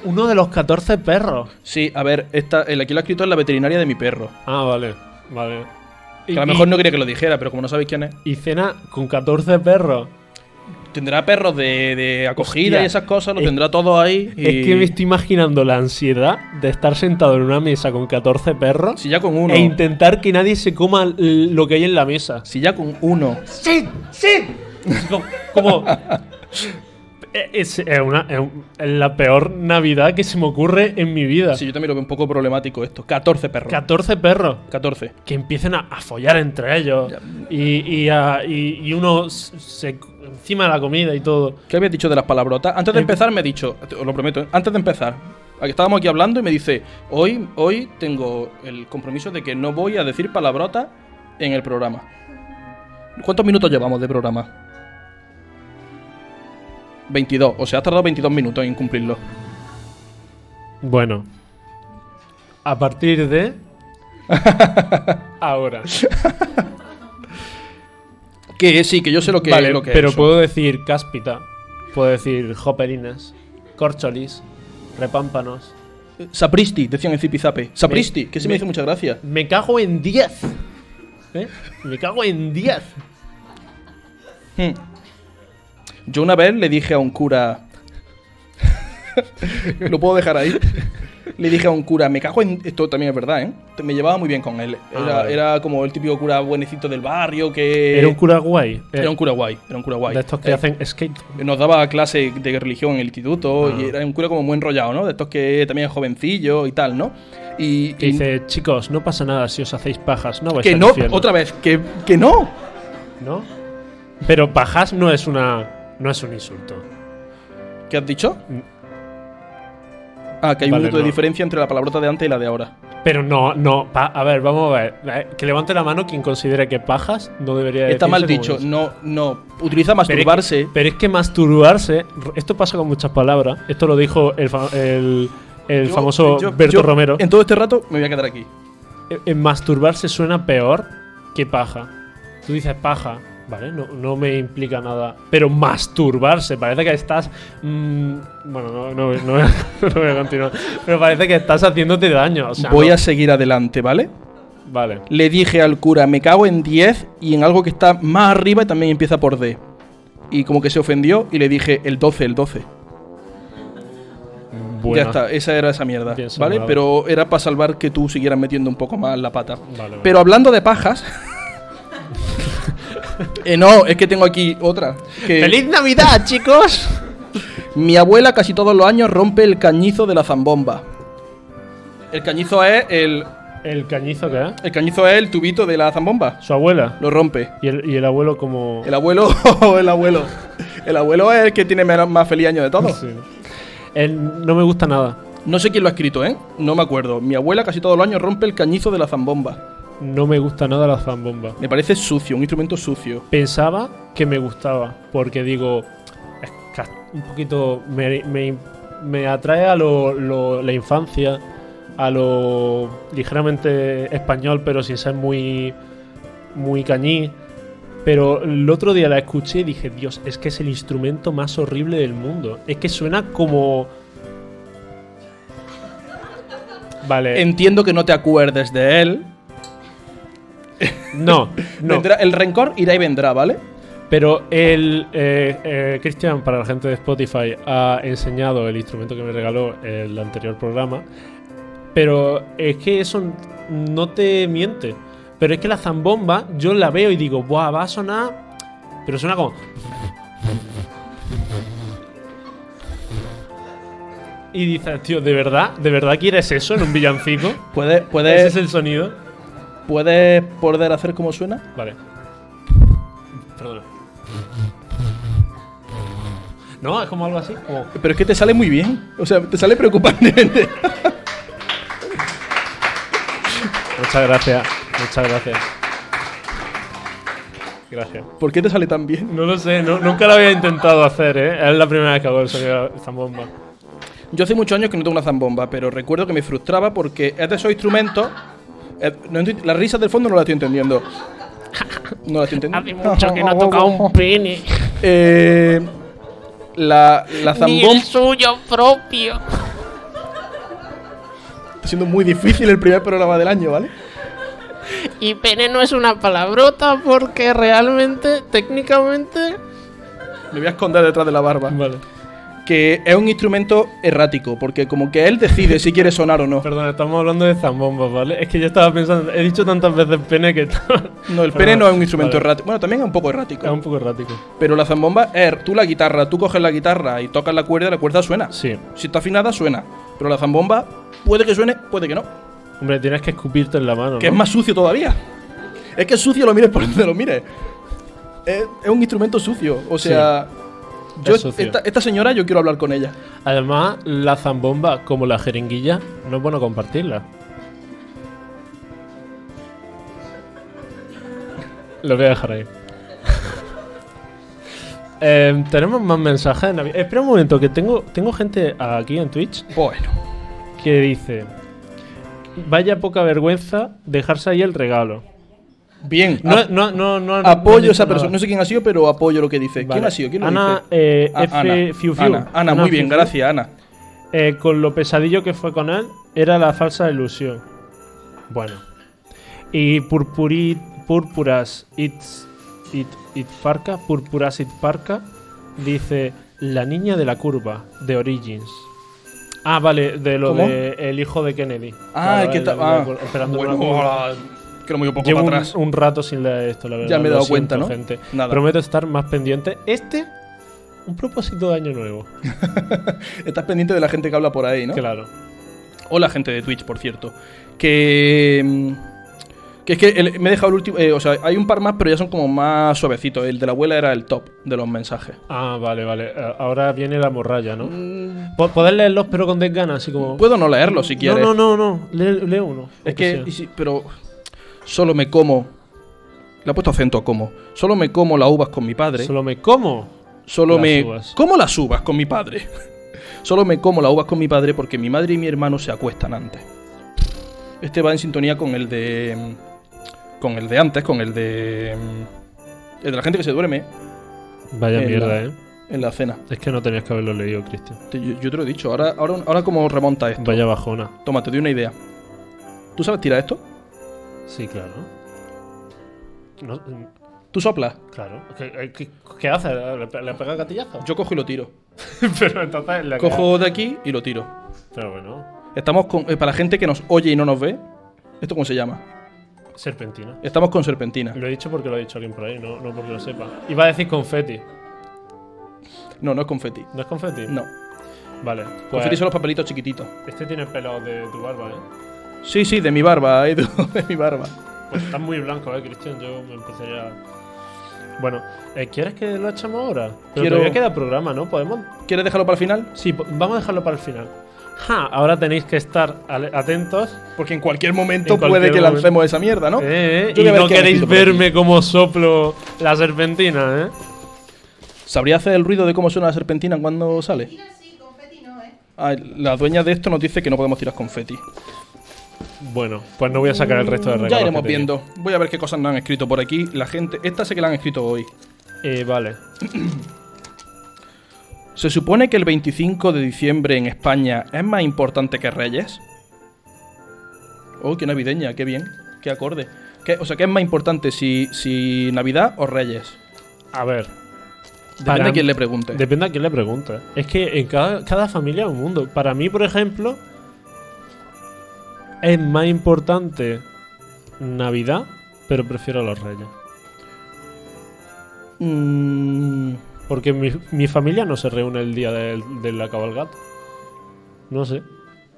Speaker 1: Uno de los 14 perros.
Speaker 2: Sí, a ver, esta, el aquí lo ha escrito es la veterinaria de mi perro.
Speaker 1: Ah, vale, vale.
Speaker 2: Que a lo mejor no quería que lo dijera, pero como no sabéis quién es.
Speaker 1: y cena con 14 perros.
Speaker 2: Tendrá perros de, de acogida
Speaker 1: Hostia,
Speaker 2: y esas cosas, lo
Speaker 1: es-
Speaker 2: tendrá todo ahí. y-
Speaker 1: Es que me estoy imaginando la ansiedad de estar sentado en una mesa con 14 perros
Speaker 2: Si ya con uno.
Speaker 1: e intentar que nadie se coma l- lo que hay en la mesa.
Speaker 2: Si ya con uno.
Speaker 1: ¡Sí! ¡Sí! como. como- e, es, es una- es un- es la peor Navidad que se me ocurre en mi vida.
Speaker 2: Si yo también lo veo un poco problemático esto. 14 perros.
Speaker 1: 14 perros.
Speaker 2: 14.
Speaker 1: que empiecen a, a follar entre ellos
Speaker 2: Ya.
Speaker 1: y, y, a- y- y uno s- se, encima de la comida y todo.
Speaker 2: ¿Qué habías dicho de las palabrotas? Antes de
Speaker 1: Eh,
Speaker 2: empezar me he dicho, te- os lo prometo, ¿eh? antes de empezar, aquí estábamos aquí hablando y me dice, hoy, hoy tengo el compromiso de que no voy a decir palabrotas en el programa. ¿Cuántos minutos llevamos de programa? 22, o sea, has tardado 22 minutos en cumplirlo.
Speaker 1: Bueno, a partir de ahora.
Speaker 2: Que sí, que yo sé lo que,
Speaker 1: vale,
Speaker 2: lo que
Speaker 1: pero
Speaker 2: es eso.
Speaker 1: puedo decir cáspita, puedo decir hoperinas, corcholis, repámpanos.
Speaker 2: Sapristi, decían en Zipizape. Sapristi, que se me
Speaker 1: me-
Speaker 2: dice muchas gracias.
Speaker 1: Me cago en 10. ¿Eh? Me cago en 10.
Speaker 2: Hmm. Yo una vez le dije a un cura. Lo puedo dejar ahí. Le dije a un cura, me cago en. Esto también es verdad, ¿eh? Me llevaba muy bien con él.
Speaker 1: Ah,
Speaker 2: Era,
Speaker 1: vale.
Speaker 2: era como el típico cura buenecito del barrio que.
Speaker 1: Era un cura guay. eh,
Speaker 2: Era un cura guay. Era un cura guay.
Speaker 1: de estos que
Speaker 2: Eh,
Speaker 1: hacen skate.
Speaker 2: Nos daba clase de religión en el instituto
Speaker 1: Ah.
Speaker 2: y era un cura como muy enrollado, ¿no? De estos que también es jovencillo y tal, ¿no? Y.
Speaker 1: Que
Speaker 2: y-
Speaker 1: dice, "Pues chicos, no pasa nada si os hacéis pajas. No vais
Speaker 2: mm. que
Speaker 1: al
Speaker 2: no,
Speaker 1: infierno".
Speaker 2: otra vez, que, que no.
Speaker 1: ¿no? Pero pajas no es una no es un insulto.
Speaker 2: ¿Qué has dicho? Ah, que hay
Speaker 1: Mm.
Speaker 2: un
Speaker 1: Vale,
Speaker 2: minuto de
Speaker 1: no.
Speaker 2: diferencia entre la palabrota de antes y la de ahora.
Speaker 1: Pero no, no, pa- a ver, vamos a ver. Eh, Que levante la mano quien considere que pajas no debería
Speaker 2: Está
Speaker 1: decirse
Speaker 2: mal
Speaker 1: como
Speaker 2: dicho,
Speaker 1: insulto.
Speaker 2: no, no. Utiliza
Speaker 1: Pero es que-
Speaker 2: masturbarse.
Speaker 1: Eh, Pero es que masturbarse, r- esto pasa con muchas palabras. Esto lo dijo el, fa- el, el
Speaker 2: Yo-
Speaker 1: famoso
Speaker 2: yo-
Speaker 1: Berto
Speaker 2: yo
Speaker 1: Romero.
Speaker 2: En todo este rato me voy a quedar aquí.
Speaker 1: Eh, eh, masturbarse suena peor que paja. Tú dices paja, ¿vale? No, no me implica nada. Pero masturbarse, parece que estás. mm, bueno, no, no- no voy a, no voy a continuar. Pero parece que estás haciéndote daño. o sea,
Speaker 2: voy
Speaker 1: no-
Speaker 2: a seguir adelante, ¿vale?
Speaker 1: Vale.
Speaker 2: Le dije al cura, me cago en 10 y en algo que está más arriba y también empieza por D. Y como que se ofendió y le dije el 12, el 12. Ya
Speaker 1: Buena.
Speaker 2: está, esa era esa mierda,
Speaker 1: Bien salvado.
Speaker 2: ¿vale? Pero era para salvar que tú siguieras metiendo un poco más la pata.
Speaker 1: Vale,
Speaker 2: Pero hablando de pajas... Eh, no, es que tengo aquí otra. que-
Speaker 1: ¡Feliz Navidad, chicos!
Speaker 2: Mi abuela casi todos los años rompe el cañizo de la zambomba. El cañizo es el.
Speaker 1: ¿El cañizo qué es?
Speaker 2: El cañizo es el tubito de la zambomba.
Speaker 1: Su abuela.
Speaker 2: Lo rompe.
Speaker 1: Y el, y el abuelo como.
Speaker 2: El abuelo. el abuelo. El abuelo es el que tiene menos- más feliz año de todos.
Speaker 1: Sí. El- no me gusta nada.
Speaker 2: No sé quién lo ha escrito, ¿eh? No me acuerdo. Mi abuela casi todos los años rompe el cañizo de la zambomba.
Speaker 1: No me gusta nada la zambomba.
Speaker 2: Me parece sucio, un instrumento sucio.
Speaker 1: pensaba que me gustaba, porque digo, es ca- un poquito me, me- me atrae a lo, lo- la infancia, a lo ligeramente español, pero sin ser muy, muy cañí. Pero el otro día la escuché y dije, Dios, es que es el instrumento más horrible del mundo. Es que suena como... Vale.
Speaker 2: Entiendo que no te acuerdes de él.
Speaker 1: No, no.
Speaker 2: Vendrá- el rencor irá y vendrá, ¿vale?
Speaker 1: Pero el eh, eh, Cristian, para la gente de Spotify, ha enseñado el instrumento que me regaló el anterior programa. Pero es que eso n- no te miente. Pero es que la zambomba, yo la veo y digo, Buah, va a sonar. Pero suena como. Y dices, tío, ¿de verdad? ¿De verdad quieres eso en un villancico?
Speaker 2: Puedes,
Speaker 1: ¿Ese
Speaker 2: puedes,
Speaker 1: es el sonido?
Speaker 2: puedes poder hacer como suena.
Speaker 1: Vale. Perdona. No, es como algo así. Oh. como-
Speaker 2: Pero es que te sale muy bien. O sea, te sale preocupantemente.
Speaker 1: Muchas gracias. Muchas gracias. Gracias.
Speaker 2: ¿Por qué te sale tan bien?
Speaker 1: No lo sé, no- nunca lo había intentado hacer, ¿eh? Es la primera vez que hago el sonido de esta bomba.
Speaker 2: Yo hace muchos años que no tengo una zambomba, pero recuerdo que me frustraba porque es de esos instrumentos. eh, no enti- las risas del fondo no las estoy entendiendo. No las estoy entendiendo.
Speaker 3: Hace mucho que no tocaba un pene.
Speaker 2: Eh, la, la
Speaker 3: Ni el
Speaker 2: zambomba.
Speaker 3: suyo propio.
Speaker 2: Está siendo muy difícil el primer programa del año, ¿vale?
Speaker 3: Y pene no es una palabrota porque realmente, técnicamente,
Speaker 2: Me voy a esconder detrás de la barba.
Speaker 1: Vale.
Speaker 2: Que es un instrumento errático, porque como que él decide si quiere sonar o no.
Speaker 1: Perdona, estamos hablando de zambombas, ¿vale? Es que yo estaba pensando, he dicho tantas veces pene que
Speaker 2: No, el pene no es un instrumento
Speaker 1: Vale.
Speaker 2: errático. Bueno, también es un poco errático.
Speaker 1: es un poco errático.
Speaker 2: Pero la zambomba es tú la guitarra, tú coges la guitarra y tocas la cuerda, la cuerda suena.
Speaker 1: Sí.
Speaker 2: Si está afinada, suena. Pero la zambomba puede que suene, puede que no.
Speaker 1: Hombre, tienes que escupirte en la mano.
Speaker 2: Que es
Speaker 1: ¿no?
Speaker 2: más sucio todavía. Es que es sucio lo mires por donde lo mires. Es, es un instrumento sucio. O sea, yo,
Speaker 1: Es sucio.
Speaker 2: Esta, esta señora yo quiero hablar con ella.
Speaker 1: Además, la zambomba, como la jeringuilla, no es bueno compartirla. Lo voy a dejar ahí. Em, tenemos más mensajes. en la vi- Espera un momento, que tengo, tengo gente aquí en Twitch
Speaker 2: Bueno.
Speaker 1: que dice: Vaya poca vergüenza dejarse ahí el regalo.
Speaker 2: Bien.
Speaker 1: No,
Speaker 2: a-
Speaker 1: no, no, no- no han
Speaker 2: Ah. apoyo a
Speaker 1: dicho
Speaker 2: esa persona.
Speaker 1: nada.
Speaker 2: No sé quién ha sido, pero apoyo lo que dice. ¿Quién
Speaker 1: Vale.
Speaker 2: ha sido? ¿Quién lo
Speaker 1: Ana,
Speaker 2: dice?
Speaker 1: eh,
Speaker 2: Ah,
Speaker 1: F. Fiu Fiu.
Speaker 2: Ana, Ana, muy
Speaker 1: Fiu
Speaker 2: bien,
Speaker 1: Fiu.
Speaker 2: gracias, Ana.
Speaker 1: Eh, con lo pesadillo que fue con él, era la falsa ilusión. Bueno. Y purpuri, purpuras it's, it, it parca, purpuras it parca, dice la niña de la curva de Origins. Ah, vale, de lo
Speaker 2: ¿Cómo?
Speaker 1: de el hijo de Kennedy. Vale,
Speaker 2: Ah, que
Speaker 1: vale,
Speaker 2: está.
Speaker 1: vale,
Speaker 2: Ah,
Speaker 1: vale, esperando
Speaker 2: bueno,
Speaker 1: una curva.
Speaker 2: ah, creo muy poco
Speaker 1: Llevo
Speaker 2: para
Speaker 1: un,
Speaker 2: atrás.
Speaker 1: un rato sin leer esto, la verdad.
Speaker 2: me he
Speaker 1: lo
Speaker 2: dado
Speaker 1: siento,
Speaker 2: cuenta, ¿no?
Speaker 1: gente.
Speaker 2: Nada.
Speaker 1: Prometo estar más pendiente. Este, un propósito de año nuevo.
Speaker 2: Estás pendiente de la gente que habla por ahí, ¿no?
Speaker 1: Claro.
Speaker 2: Hola gente de Twitch, por cierto. Que... mm, Que es que el- me he dejado el último... eh, o sea, hay un par más, pero ya son como más suavecitos. El de la abuela era el top de los mensajes.
Speaker 1: Ah, vale, vale. Eh, Ahora viene la morralla, ¿no?
Speaker 2: Mm,
Speaker 1: Po- Poder leerlos, pero con desgana, así como.
Speaker 2: Puedo no leerlos si
Speaker 1: no,
Speaker 2: quieres.
Speaker 1: no, no, no. Lee, lee uno.
Speaker 2: Es
Speaker 1: aunque
Speaker 2: que...
Speaker 1: sea.
Speaker 2: y si- pero... Solo me como... Le ha puesto acento a como. Solo me como las uvas con mi padre. Solo,
Speaker 1: Solo me como. las
Speaker 2: me...
Speaker 1: uvas.
Speaker 2: Como las uvas con mi padre. Solo me como las uvas con mi padre porque mi madre y mi hermano se acuestan antes. Este va en sintonía con el de... mm, Con el de antes, con el de... mm, El de la gente que se duerme.
Speaker 1: Vaya
Speaker 2: en
Speaker 1: mierda,
Speaker 2: la-
Speaker 1: eh.
Speaker 2: en la cena.
Speaker 1: Es que no tenías que haberlo leído, Cristian.
Speaker 2: Te- Yo, yo te lo he dicho, ahora, ahora, ahora como remonta esto.
Speaker 1: Vaya bajona.
Speaker 2: Toma, te doy una idea. ¿Tú sabes tirar esto?
Speaker 1: Sí, claro. No, mm,
Speaker 2: Tú soplas.
Speaker 1: claro. ¿Qué, eh, qué, qué hace? ¿Le, pe- le pega el gatillazo?
Speaker 2: Yo cojo y lo tiro.
Speaker 1: pero entonces le
Speaker 2: Cojo de aquí y lo tiro.
Speaker 1: Pero bueno.
Speaker 2: Estamos con. eh, para la gente que nos oye y no nos ve. ¿Esto cómo se llama?
Speaker 1: Serpentina.
Speaker 2: Estamos con serpentina.
Speaker 1: Lo he dicho porque lo ha dicho alguien por ahí, no, no porque lo sepa. Iba a decir confeti.
Speaker 2: No, no es confeti.
Speaker 1: ¿No es confeti?
Speaker 2: No.
Speaker 1: Vale. Pues
Speaker 2: Confeti son los papelitos chiquititos.
Speaker 1: Este tiene pelos de tu barba, eh.
Speaker 2: Sí, sí, de mi barba, Edu, de mi barba.
Speaker 1: Pues estás muy blanco, eh, Cristian. Yo me empezaría. Bueno, eh, ¿quieres que lo echemos ahora? Pero
Speaker 2: Quiero-
Speaker 1: todavía queda programa, ¿no? Podemos.
Speaker 2: ¿Quieres dejarlo para el final?
Speaker 1: Sí, po- vamos a dejarlo para el final. Ja, ahora tenéis que estar ale- atentos.
Speaker 2: Porque en cualquier momento
Speaker 1: En
Speaker 2: puede
Speaker 1: cualquier
Speaker 2: que
Speaker 1: momento.
Speaker 2: lancemos esa mierda, ¿no?
Speaker 1: Eh, eh,
Speaker 2: Yo
Speaker 1: y
Speaker 2: voy a ver
Speaker 1: no
Speaker 2: qué
Speaker 1: queréis
Speaker 2: necesito por aquí.
Speaker 1: verme como soplo la serpentina, ¿eh?
Speaker 2: ¿Sabría hacer el ruido de cómo suena la serpentina cuando sale?
Speaker 4: Tira sí, confeti no, ¿eh?
Speaker 2: Ah, la dueña de esto nos dice que no podemos tirar confeti.
Speaker 1: Bueno, pues no voy a sacar el resto de regalos.
Speaker 2: Mm, ya
Speaker 1: que
Speaker 2: iremos
Speaker 1: tenía.
Speaker 2: viendo. Voy a ver qué cosas nos han escrito por aquí. La gente. Esta sé que la han escrito hoy.
Speaker 1: Eh, vale.
Speaker 2: ¿Se supone que el 25 de diciembre en España es más importante que Reyes? Oh, qué navideña, qué bien, qué acorde. ¿Qué- o sea, ¿qué es más importante, si, si Navidad o Reyes?
Speaker 1: A ver.
Speaker 2: Depende
Speaker 1: Para-
Speaker 2: de quién le pregunte.
Speaker 1: Depende a quién le pregunte. Es que en cada, cada familia es un mundo. Para mí, por ejemplo, es más importante Navidad, pero prefiero los Reyes.
Speaker 2: Mm,
Speaker 1: Porque mi, mi familia no se reúne el día del- de, la cabalgata. No sé.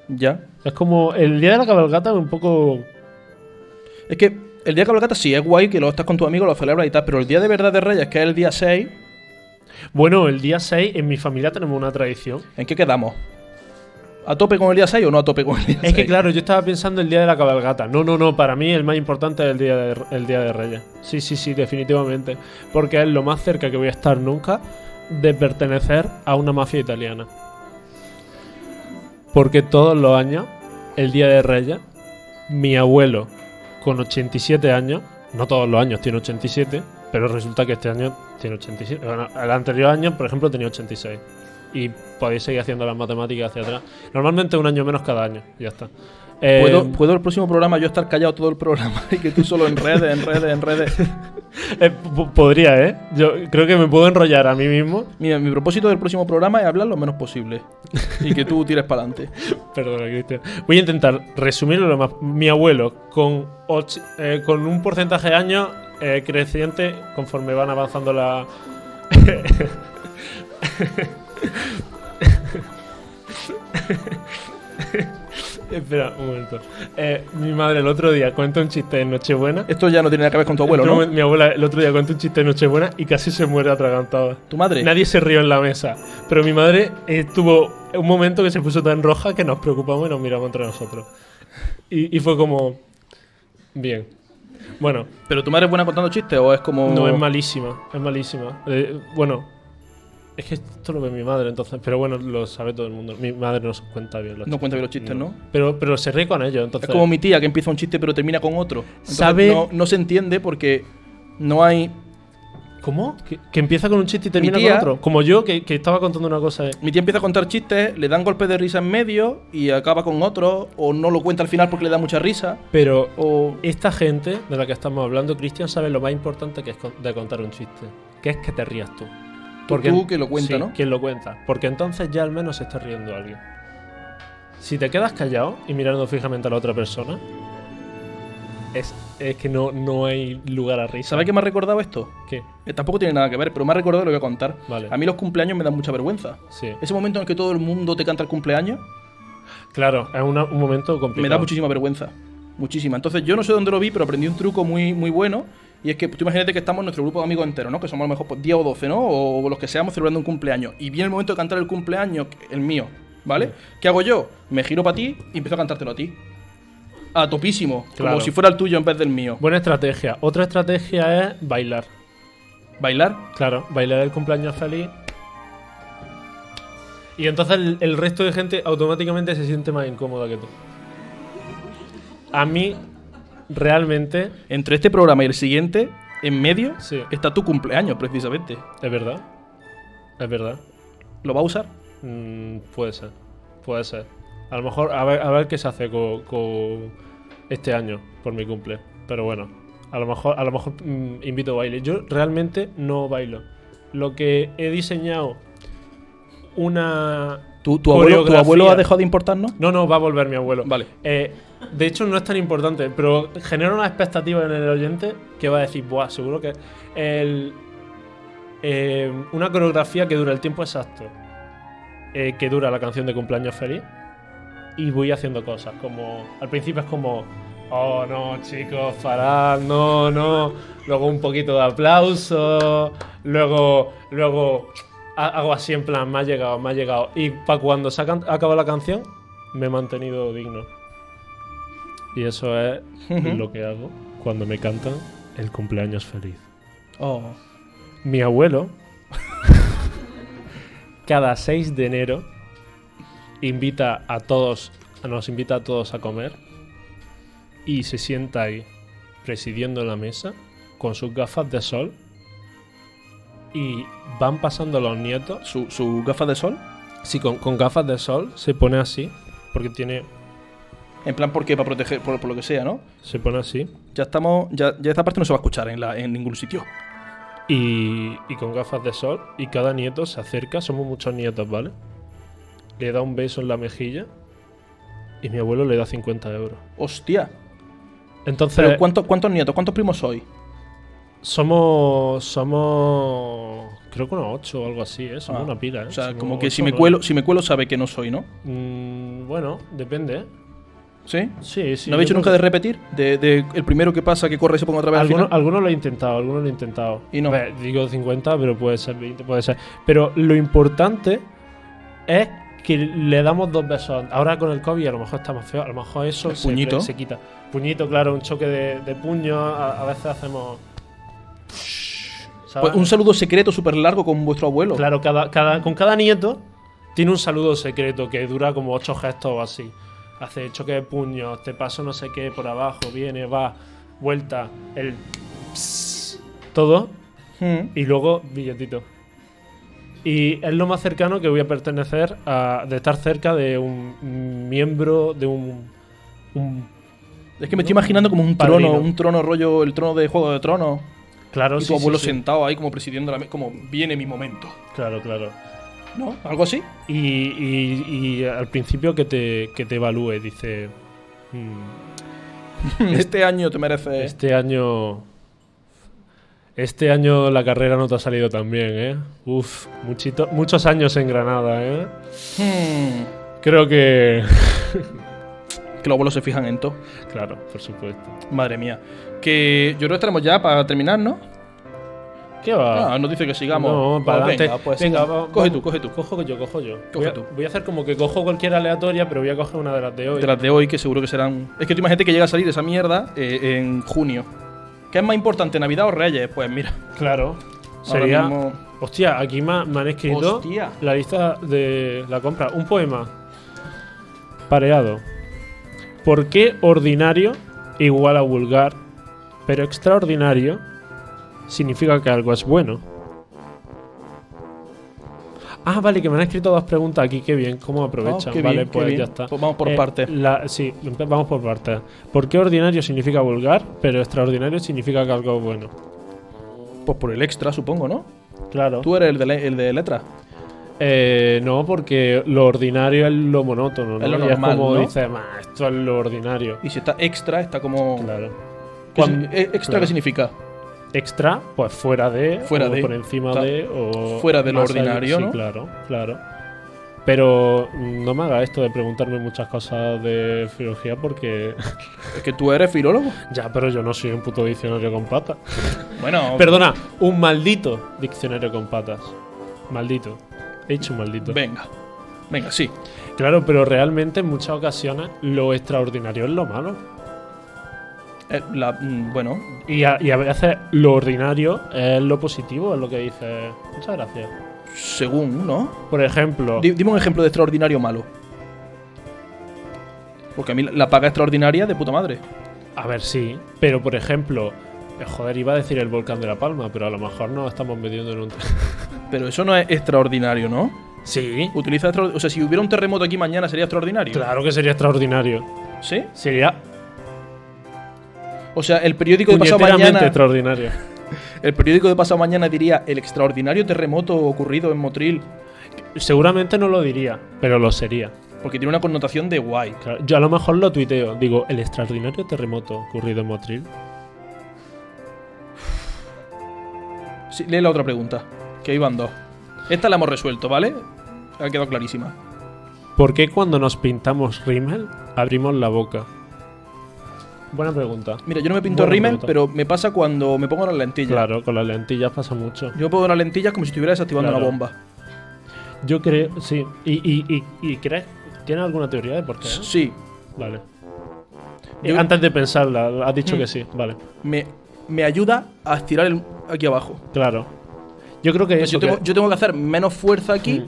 Speaker 2: ya.
Speaker 1: Es como el día de la cabalgata es un poco...
Speaker 2: Es que el día de cabalgata sí es guay que lo estás con tu amigo, lo celebras y tal, pero el día de verdad de Reyes, que es el día 6,
Speaker 1: Bueno, el día 6 en mi familia tenemos una tradición.
Speaker 2: ¿en qué quedamos? ¿A tope con el día 6 o no a tope con el día 6?
Speaker 1: Es que claro, yo estaba pensando el día de la cabalgata. No, no, no, para mí el más importante es el día de, el día de Reyes. Sí, sí, sí, definitivamente. Porque es lo más cerca que voy a estar nunca de pertenecer a una mafia italiana. Porque todos los años, el día de Reyes, mi abuelo con 87 años, no todos los años tiene 87, pero resulta que este año tiene 87. Bueno, el anterior año, por ejemplo, tenía 86. Y podéis seguir haciendo las matemáticas hacia atrás. Normalmente un año menos cada año, y ya está. Eh,
Speaker 2: ¿Puedo, ¿Puedo el próximo programa yo estar callado todo el programa y que tú solo en redes, en redes, en redes?
Speaker 1: eh, p- podría, ¿eh? Yo creo que me puedo enrollar a mí mismo.
Speaker 2: Mira, mi propósito del próximo programa es hablar lo menos posible y que tú tires para adelante.
Speaker 1: Perdona, Cristian. Voy a intentar resumirlo lo más. Mi abuelo, con, och- eh, con un porcentaje de años eh, creciente conforme van avanzando la. Espera, un momento. Eh, mi madre el otro día cuenta un chiste en Nochebuena.
Speaker 2: Esto ya no tiene nada que ver con tu abuelo,
Speaker 1: En otro
Speaker 2: ¿no?
Speaker 1: momento, Mi abuela el otro día cuenta un chiste en Nochebuena y casi se muere atragantada.
Speaker 2: Tu madre.
Speaker 1: Nadie se rió en la mesa, pero mi madre eh, tuvo un momento que se puso tan roja que nos preocupamos y nos miramos entre nosotros. Y, y fue como... Bien. Bueno,
Speaker 2: ¿Pero tu madre es buena contando chistes o es como.?
Speaker 1: no es malísima, es malísima. Eh, bueno, es que esto lo ve mi madre entonces, pero bueno, lo sabe todo el mundo. Mi madre no se cuenta bien los
Speaker 2: No
Speaker 1: chistes.
Speaker 2: cuenta bien los chistes, ¿no?
Speaker 1: Pero, pero se ríe con ellos,
Speaker 2: Es
Speaker 1: entonces...
Speaker 2: como mi tía que empieza un chiste pero termina con otro. Entonces,
Speaker 1: Sabe-
Speaker 2: No, no se entiende porque no hay.
Speaker 1: ¿Cómo? Que, que empieza con un chiste y termina
Speaker 2: tía-
Speaker 1: con otro. Como yo, que, que estaba contando una cosa... eh.
Speaker 2: Mi tía empieza a contar chistes, le dan golpes de risa en medio y acaba con otro, o no lo cuenta al final porque le da mucha risa,
Speaker 1: Pero
Speaker 2: o.
Speaker 1: Esta gente de la que estamos hablando, Cristian, sabe lo más importante que es con- de contar un chiste, que es que te rías tú.
Speaker 2: tú que lo cuenta,
Speaker 1: Sí,
Speaker 2: ¿no?
Speaker 1: quien lo cuenta. Porque entonces ya al menos se está riendo alguien. Si te quedas callado y mirando fijamente a la otra persona, es, es que no, no hay lugar a risa.
Speaker 2: ¿Sabes qué me ha recordado esto?
Speaker 1: ¿Qué?
Speaker 2: Eh, Tampoco tiene nada que ver, pero me ha recordado y lo voy a contar.
Speaker 1: Vale.
Speaker 2: A mí los cumpleaños me dan mucha vergüenza.
Speaker 1: Sí.
Speaker 2: Ese momento en el que todo el mundo te canta el cumpleaños
Speaker 1: Claro, es una- un momento complicado.
Speaker 2: me da muchísima vergüenza. Muchísima. Entonces yo no sé dónde lo vi, pero aprendí un truco muy, muy bueno. Y es que tú imagínate que estamos en nuestro grupo de amigos entero, ¿no? Que somos a lo mejor pues, 10 o 12, ¿no? O los que seamos celebrando un cumpleaños. Y viene el momento de cantar el cumpleaños, que- el mío, ¿vale? ¿Qué hago yo? Me giro para ti y empiezo a cantártelo a ti. A topísimo.
Speaker 1: Claro.
Speaker 2: Como si fuera el tuyo en vez del mío.
Speaker 1: Buena estrategia. Otra estrategia es bailar.
Speaker 2: ¿Bailar?
Speaker 1: Claro, bailar el cumpleaños feliz. Y entonces el, el resto de gente automáticamente se siente más incómoda que tú. A mí, realmente,
Speaker 2: Entre este programa y el siguiente, en medio,
Speaker 1: Sí.
Speaker 2: está tu cumpleaños, precisamente.
Speaker 1: es verdad. Es verdad.
Speaker 2: ¿Lo va a usar?
Speaker 1: Mm, puede ser. Puede ser. A lo mejor, a ver, a ver qué se hace con este año por mi cumple. Pero bueno, a lo mejor, a lo mejor mm, invito a baile. Yo realmente no bailo. Lo que he diseñado una
Speaker 2: ¿Tu, tu abuelo, tu abuelo
Speaker 1: Coreografía.
Speaker 2: ha dejado de importarnos?
Speaker 1: No, no, va a volver mi abuelo.
Speaker 2: Vale.
Speaker 1: Eh, de hecho, no es tan importante, pero genera una expectativa en el oyente que va a decir, buah, seguro que. El, eh, una coreografía que dura el tiempo exacto, eh, que dura la canción de cumpleaños feliz, y voy haciendo cosas. Como. Al principio es como. Oh no, chicos, parad, no, no. Luego un poquito de aplauso. Luego. Luego. ha- Hago así en plan, me ha llegado, me ha llegado. Y para cuando se ha can- ha acabado la canción, me he mantenido digno. Y eso es lo que hago cuando me cantan el cumpleaños feliz.
Speaker 2: Oh.
Speaker 1: Mi abuelo, cada 6 de enero, invita a todos, nos invita a todos a comer y se sienta ahí presidiendo la mesa con sus gafas de sol y van pasando los nietos.
Speaker 2: ¿Su, su gafa de sol?
Speaker 1: Sí, con, con gafas de sol se pone así, porque tiene,
Speaker 2: En plan, ¿por qué? Para proteger, por, por lo que sea, ¿no?
Speaker 1: se pone así
Speaker 2: Ya estamos. Ya, ya esta parte no se va a escuchar en, la, en ningún sitio.
Speaker 1: y, y con gafas de sol y cada nieto se acerca, somos muchos nietos, ¿vale? Le da un beso en la mejilla y mi abuelo le da 50 euros.
Speaker 2: Hostia.
Speaker 1: Entonces,
Speaker 2: Pero ¿cuántos, ¿Cuántos nietos? ¿Cuántos primos soy?
Speaker 1: somos, somos, creo que unos 8 o algo así, ¿eh? Somos
Speaker 2: Ah,
Speaker 1: una pila, ¿eh?
Speaker 2: O sea,
Speaker 1: Somos
Speaker 2: como que
Speaker 1: ocho
Speaker 2: si
Speaker 1: o
Speaker 2: me
Speaker 1: nueve.
Speaker 2: cuelo, si me cuelo sabe que no soy, ¿no?
Speaker 1: Mm, bueno, depende, ¿eh?
Speaker 2: ¿Sí?
Speaker 1: Sí, sí.
Speaker 2: ¿No habéis
Speaker 1: yo
Speaker 2: hecho nunca
Speaker 1: creo
Speaker 2: de repetir? De, de el primero que pasa, que corre y se ponga otra
Speaker 1: que-
Speaker 2: vez
Speaker 1: Alguno,
Speaker 2: al final.
Speaker 1: alguno lo he intentado, alguno lo he intentado.
Speaker 2: Y no.
Speaker 1: A ver, digo 50, pero puede ser 20, puede ser. Pero lo importante es que le damos dos besos. Ahora con el COVID a lo mejor está más feo, a lo mejor eso
Speaker 2: El
Speaker 1: se,
Speaker 2: puñito.
Speaker 1: se quita. Puñito, claro, un choque de, de puño, a, a veces hacemos... ¿sabes?
Speaker 2: Pues un saludo secreto súper largo con vuestro abuelo.
Speaker 1: Claro, cada, cada, con cada nieto tiene un saludo secreto que dura como ocho gestos o así. Hace choque de puños, te paso no sé qué por abajo, viene, va, vuelta, el... ps, todo.
Speaker 2: Mm.
Speaker 1: Y luego billetito. Y es lo más cercano que voy a pertenecer a... de estar cerca de un miembro, de un... un-
Speaker 2: Es que me estoy imaginando como un
Speaker 1: Padrino.
Speaker 2: trono, un trono rollo, el trono de Juego de Tronos.
Speaker 1: claro,
Speaker 2: y
Speaker 1: sí,
Speaker 2: tu
Speaker 1: sí,
Speaker 2: abuelo
Speaker 1: sí.
Speaker 2: sentado ahí como presidiendo la mesa, como viene mi momento.
Speaker 1: Claro, claro.
Speaker 2: ¿No? ¿Algo así?
Speaker 1: Y, y- y al principio que te, que te evalúe, dice... mm,
Speaker 2: este año te mereces.
Speaker 1: Este año. Este año la carrera no te ha salido tan bien, ¿eh? Uf, muchito- muchos años en Granada, ¿eh?
Speaker 2: Mm.
Speaker 1: Creo que.
Speaker 2: Que los abuelos se fijan en todo.
Speaker 1: claro, por supuesto.
Speaker 2: Madre mía. Que yo creo que estaremos ya para terminar, ¿no?
Speaker 1: ¿Qué va?
Speaker 2: Ah, nos dice que sigamos.
Speaker 1: No, para
Speaker 2: Pues
Speaker 1: adelante.
Speaker 2: Venga, pues
Speaker 1: Venga,
Speaker 2: venga,
Speaker 1: va-
Speaker 2: coge
Speaker 1: vamos.
Speaker 2: tú, coge tú.
Speaker 1: Cojo yo, cojo yo.
Speaker 2: Coge
Speaker 1: voy, a,
Speaker 2: tú.
Speaker 1: voy a hacer como que cojo cualquier aleatoria, pero voy a coger una de las de hoy.
Speaker 2: De las de hoy, que seguro que serán. Es que tú imagínate que llega a salir esa mierda eh, en junio. ¿Qué es más importante, Navidad o Reyes? Pues mira.
Speaker 1: Claro.
Speaker 2: Ahora
Speaker 1: Sería.
Speaker 2: mismo-
Speaker 1: Hostia, aquí me, me han escrito
Speaker 2: Hostia.
Speaker 1: la lista de la compra. Un poema. Pareado. ¿Por qué ordinario igual a vulgar, pero extraordinario significa que algo es bueno? Ah, vale, que me han escrito dos preguntas aquí, qué bien, cómo aprovechan.
Speaker 2: Ah, qué
Speaker 1: vale,
Speaker 2: bien, qué
Speaker 1: pues
Speaker 2: bien.
Speaker 1: ya está.
Speaker 2: Pues vamos por partes.
Speaker 1: la- sí, empe- vamos por partes. ¿Por qué ordinario significa vulgar, pero extraordinario significa que algo es bueno?
Speaker 2: Pues por el extra, supongo, ¿no?
Speaker 1: Claro.
Speaker 2: Tú eres el de, le- el de letras.
Speaker 1: Eh, no, porque lo ordinario es lo monótono, ¿no?
Speaker 2: Es lo
Speaker 1: Y
Speaker 2: normal,
Speaker 1: como
Speaker 2: ¿no?
Speaker 1: dices, "Ma, esto es lo ordinario.
Speaker 2: Y si está extra, está como.
Speaker 1: Claro.
Speaker 2: ¿Qué
Speaker 1: Cuan-
Speaker 2: si- eh, ¿Extra
Speaker 1: claro.
Speaker 2: qué significa?
Speaker 1: Extra, pues fuera de,
Speaker 2: Fuera
Speaker 1: o
Speaker 2: de,
Speaker 1: por encima
Speaker 2: ta-
Speaker 1: de, o.
Speaker 2: fuera de lo
Speaker 1: más allá-
Speaker 2: ordinario,
Speaker 1: sí,
Speaker 2: ¿no?
Speaker 1: claro, claro. Pero mm, no me haga esto de preguntarme muchas cosas de filología porque.
Speaker 2: Es que tú eres filólogo.
Speaker 1: ya, pero yo no soy un puto diccionario con patas.
Speaker 2: Bueno,
Speaker 1: Perdona, un maldito diccionario con patas. Maldito. He dicho un maldito.
Speaker 2: Venga. Venga, sí.
Speaker 1: Claro, pero realmente en muchas ocasiones lo extraordinario es lo malo.
Speaker 2: Eh, la- mm, bueno,
Speaker 1: Y a, y a veces lo ordinario es lo positivo, es lo que dice. Muchas gracias.
Speaker 2: según, ¿no?
Speaker 1: Por ejemplo,
Speaker 2: Di- dime un ejemplo de extraordinario malo. Porque a mí la- la paga extraordinaria de puta madre.
Speaker 1: a ver, sí, pero por ejemplo, eh, joder, iba a decir el volcán de La Palma, pero a lo mejor nos estamos metiendo en un.
Speaker 2: Pero eso no es extraordinario, ¿no?
Speaker 1: sí,
Speaker 2: Utiliza extra- O sea, si hubiera un terremoto aquí mañana sería extraordinario.
Speaker 1: claro que sería extraordinario.
Speaker 2: ¿Sí?
Speaker 1: Sería
Speaker 2: O sea, el periódico de pasado
Speaker 1: puñeteramente
Speaker 2: mañana.
Speaker 1: extraordinario.
Speaker 2: El periódico de pasado mañana diría el extraordinario terremoto ocurrido en Motril.
Speaker 1: Seguramente no lo diría, pero lo sería.
Speaker 2: Porque tiene una connotación de guay.
Speaker 1: Claro, yo a lo mejor lo tuiteo, digo, el extraordinario terremoto ocurrido en Motril.
Speaker 2: Sí, lee la otra pregunta. Que iban dos. Esta la hemos resuelto, ¿vale? Ha quedado clarísima.
Speaker 1: ¿Por qué cuando nos pintamos rímel abrimos la boca? Buena pregunta.
Speaker 2: Mira, yo no me pinto
Speaker 1: Buena
Speaker 2: rímel,
Speaker 1: pregunta.
Speaker 2: pero me pasa cuando me pongo las lentillas.
Speaker 1: Claro, con las lentillas pasa mucho.
Speaker 2: Yo me pongo las lentillas como si estuviera desactivando
Speaker 1: Claro.
Speaker 2: una bomba.
Speaker 1: Yo creo, sí. ¿Y, y, y, y crees? ¿Tienes alguna teoría de por qué?
Speaker 2: Sí.
Speaker 1: Vale. Eh,
Speaker 2: Yo-
Speaker 1: Antes de pensarla, has dicho
Speaker 2: Mm.
Speaker 1: que sí. Vale,
Speaker 2: Me, me ayuda a estirar el, aquí abajo.
Speaker 1: claro. Yo creo que eso.
Speaker 2: Yo tengo,
Speaker 1: que-
Speaker 2: yo tengo que hacer menos fuerza aquí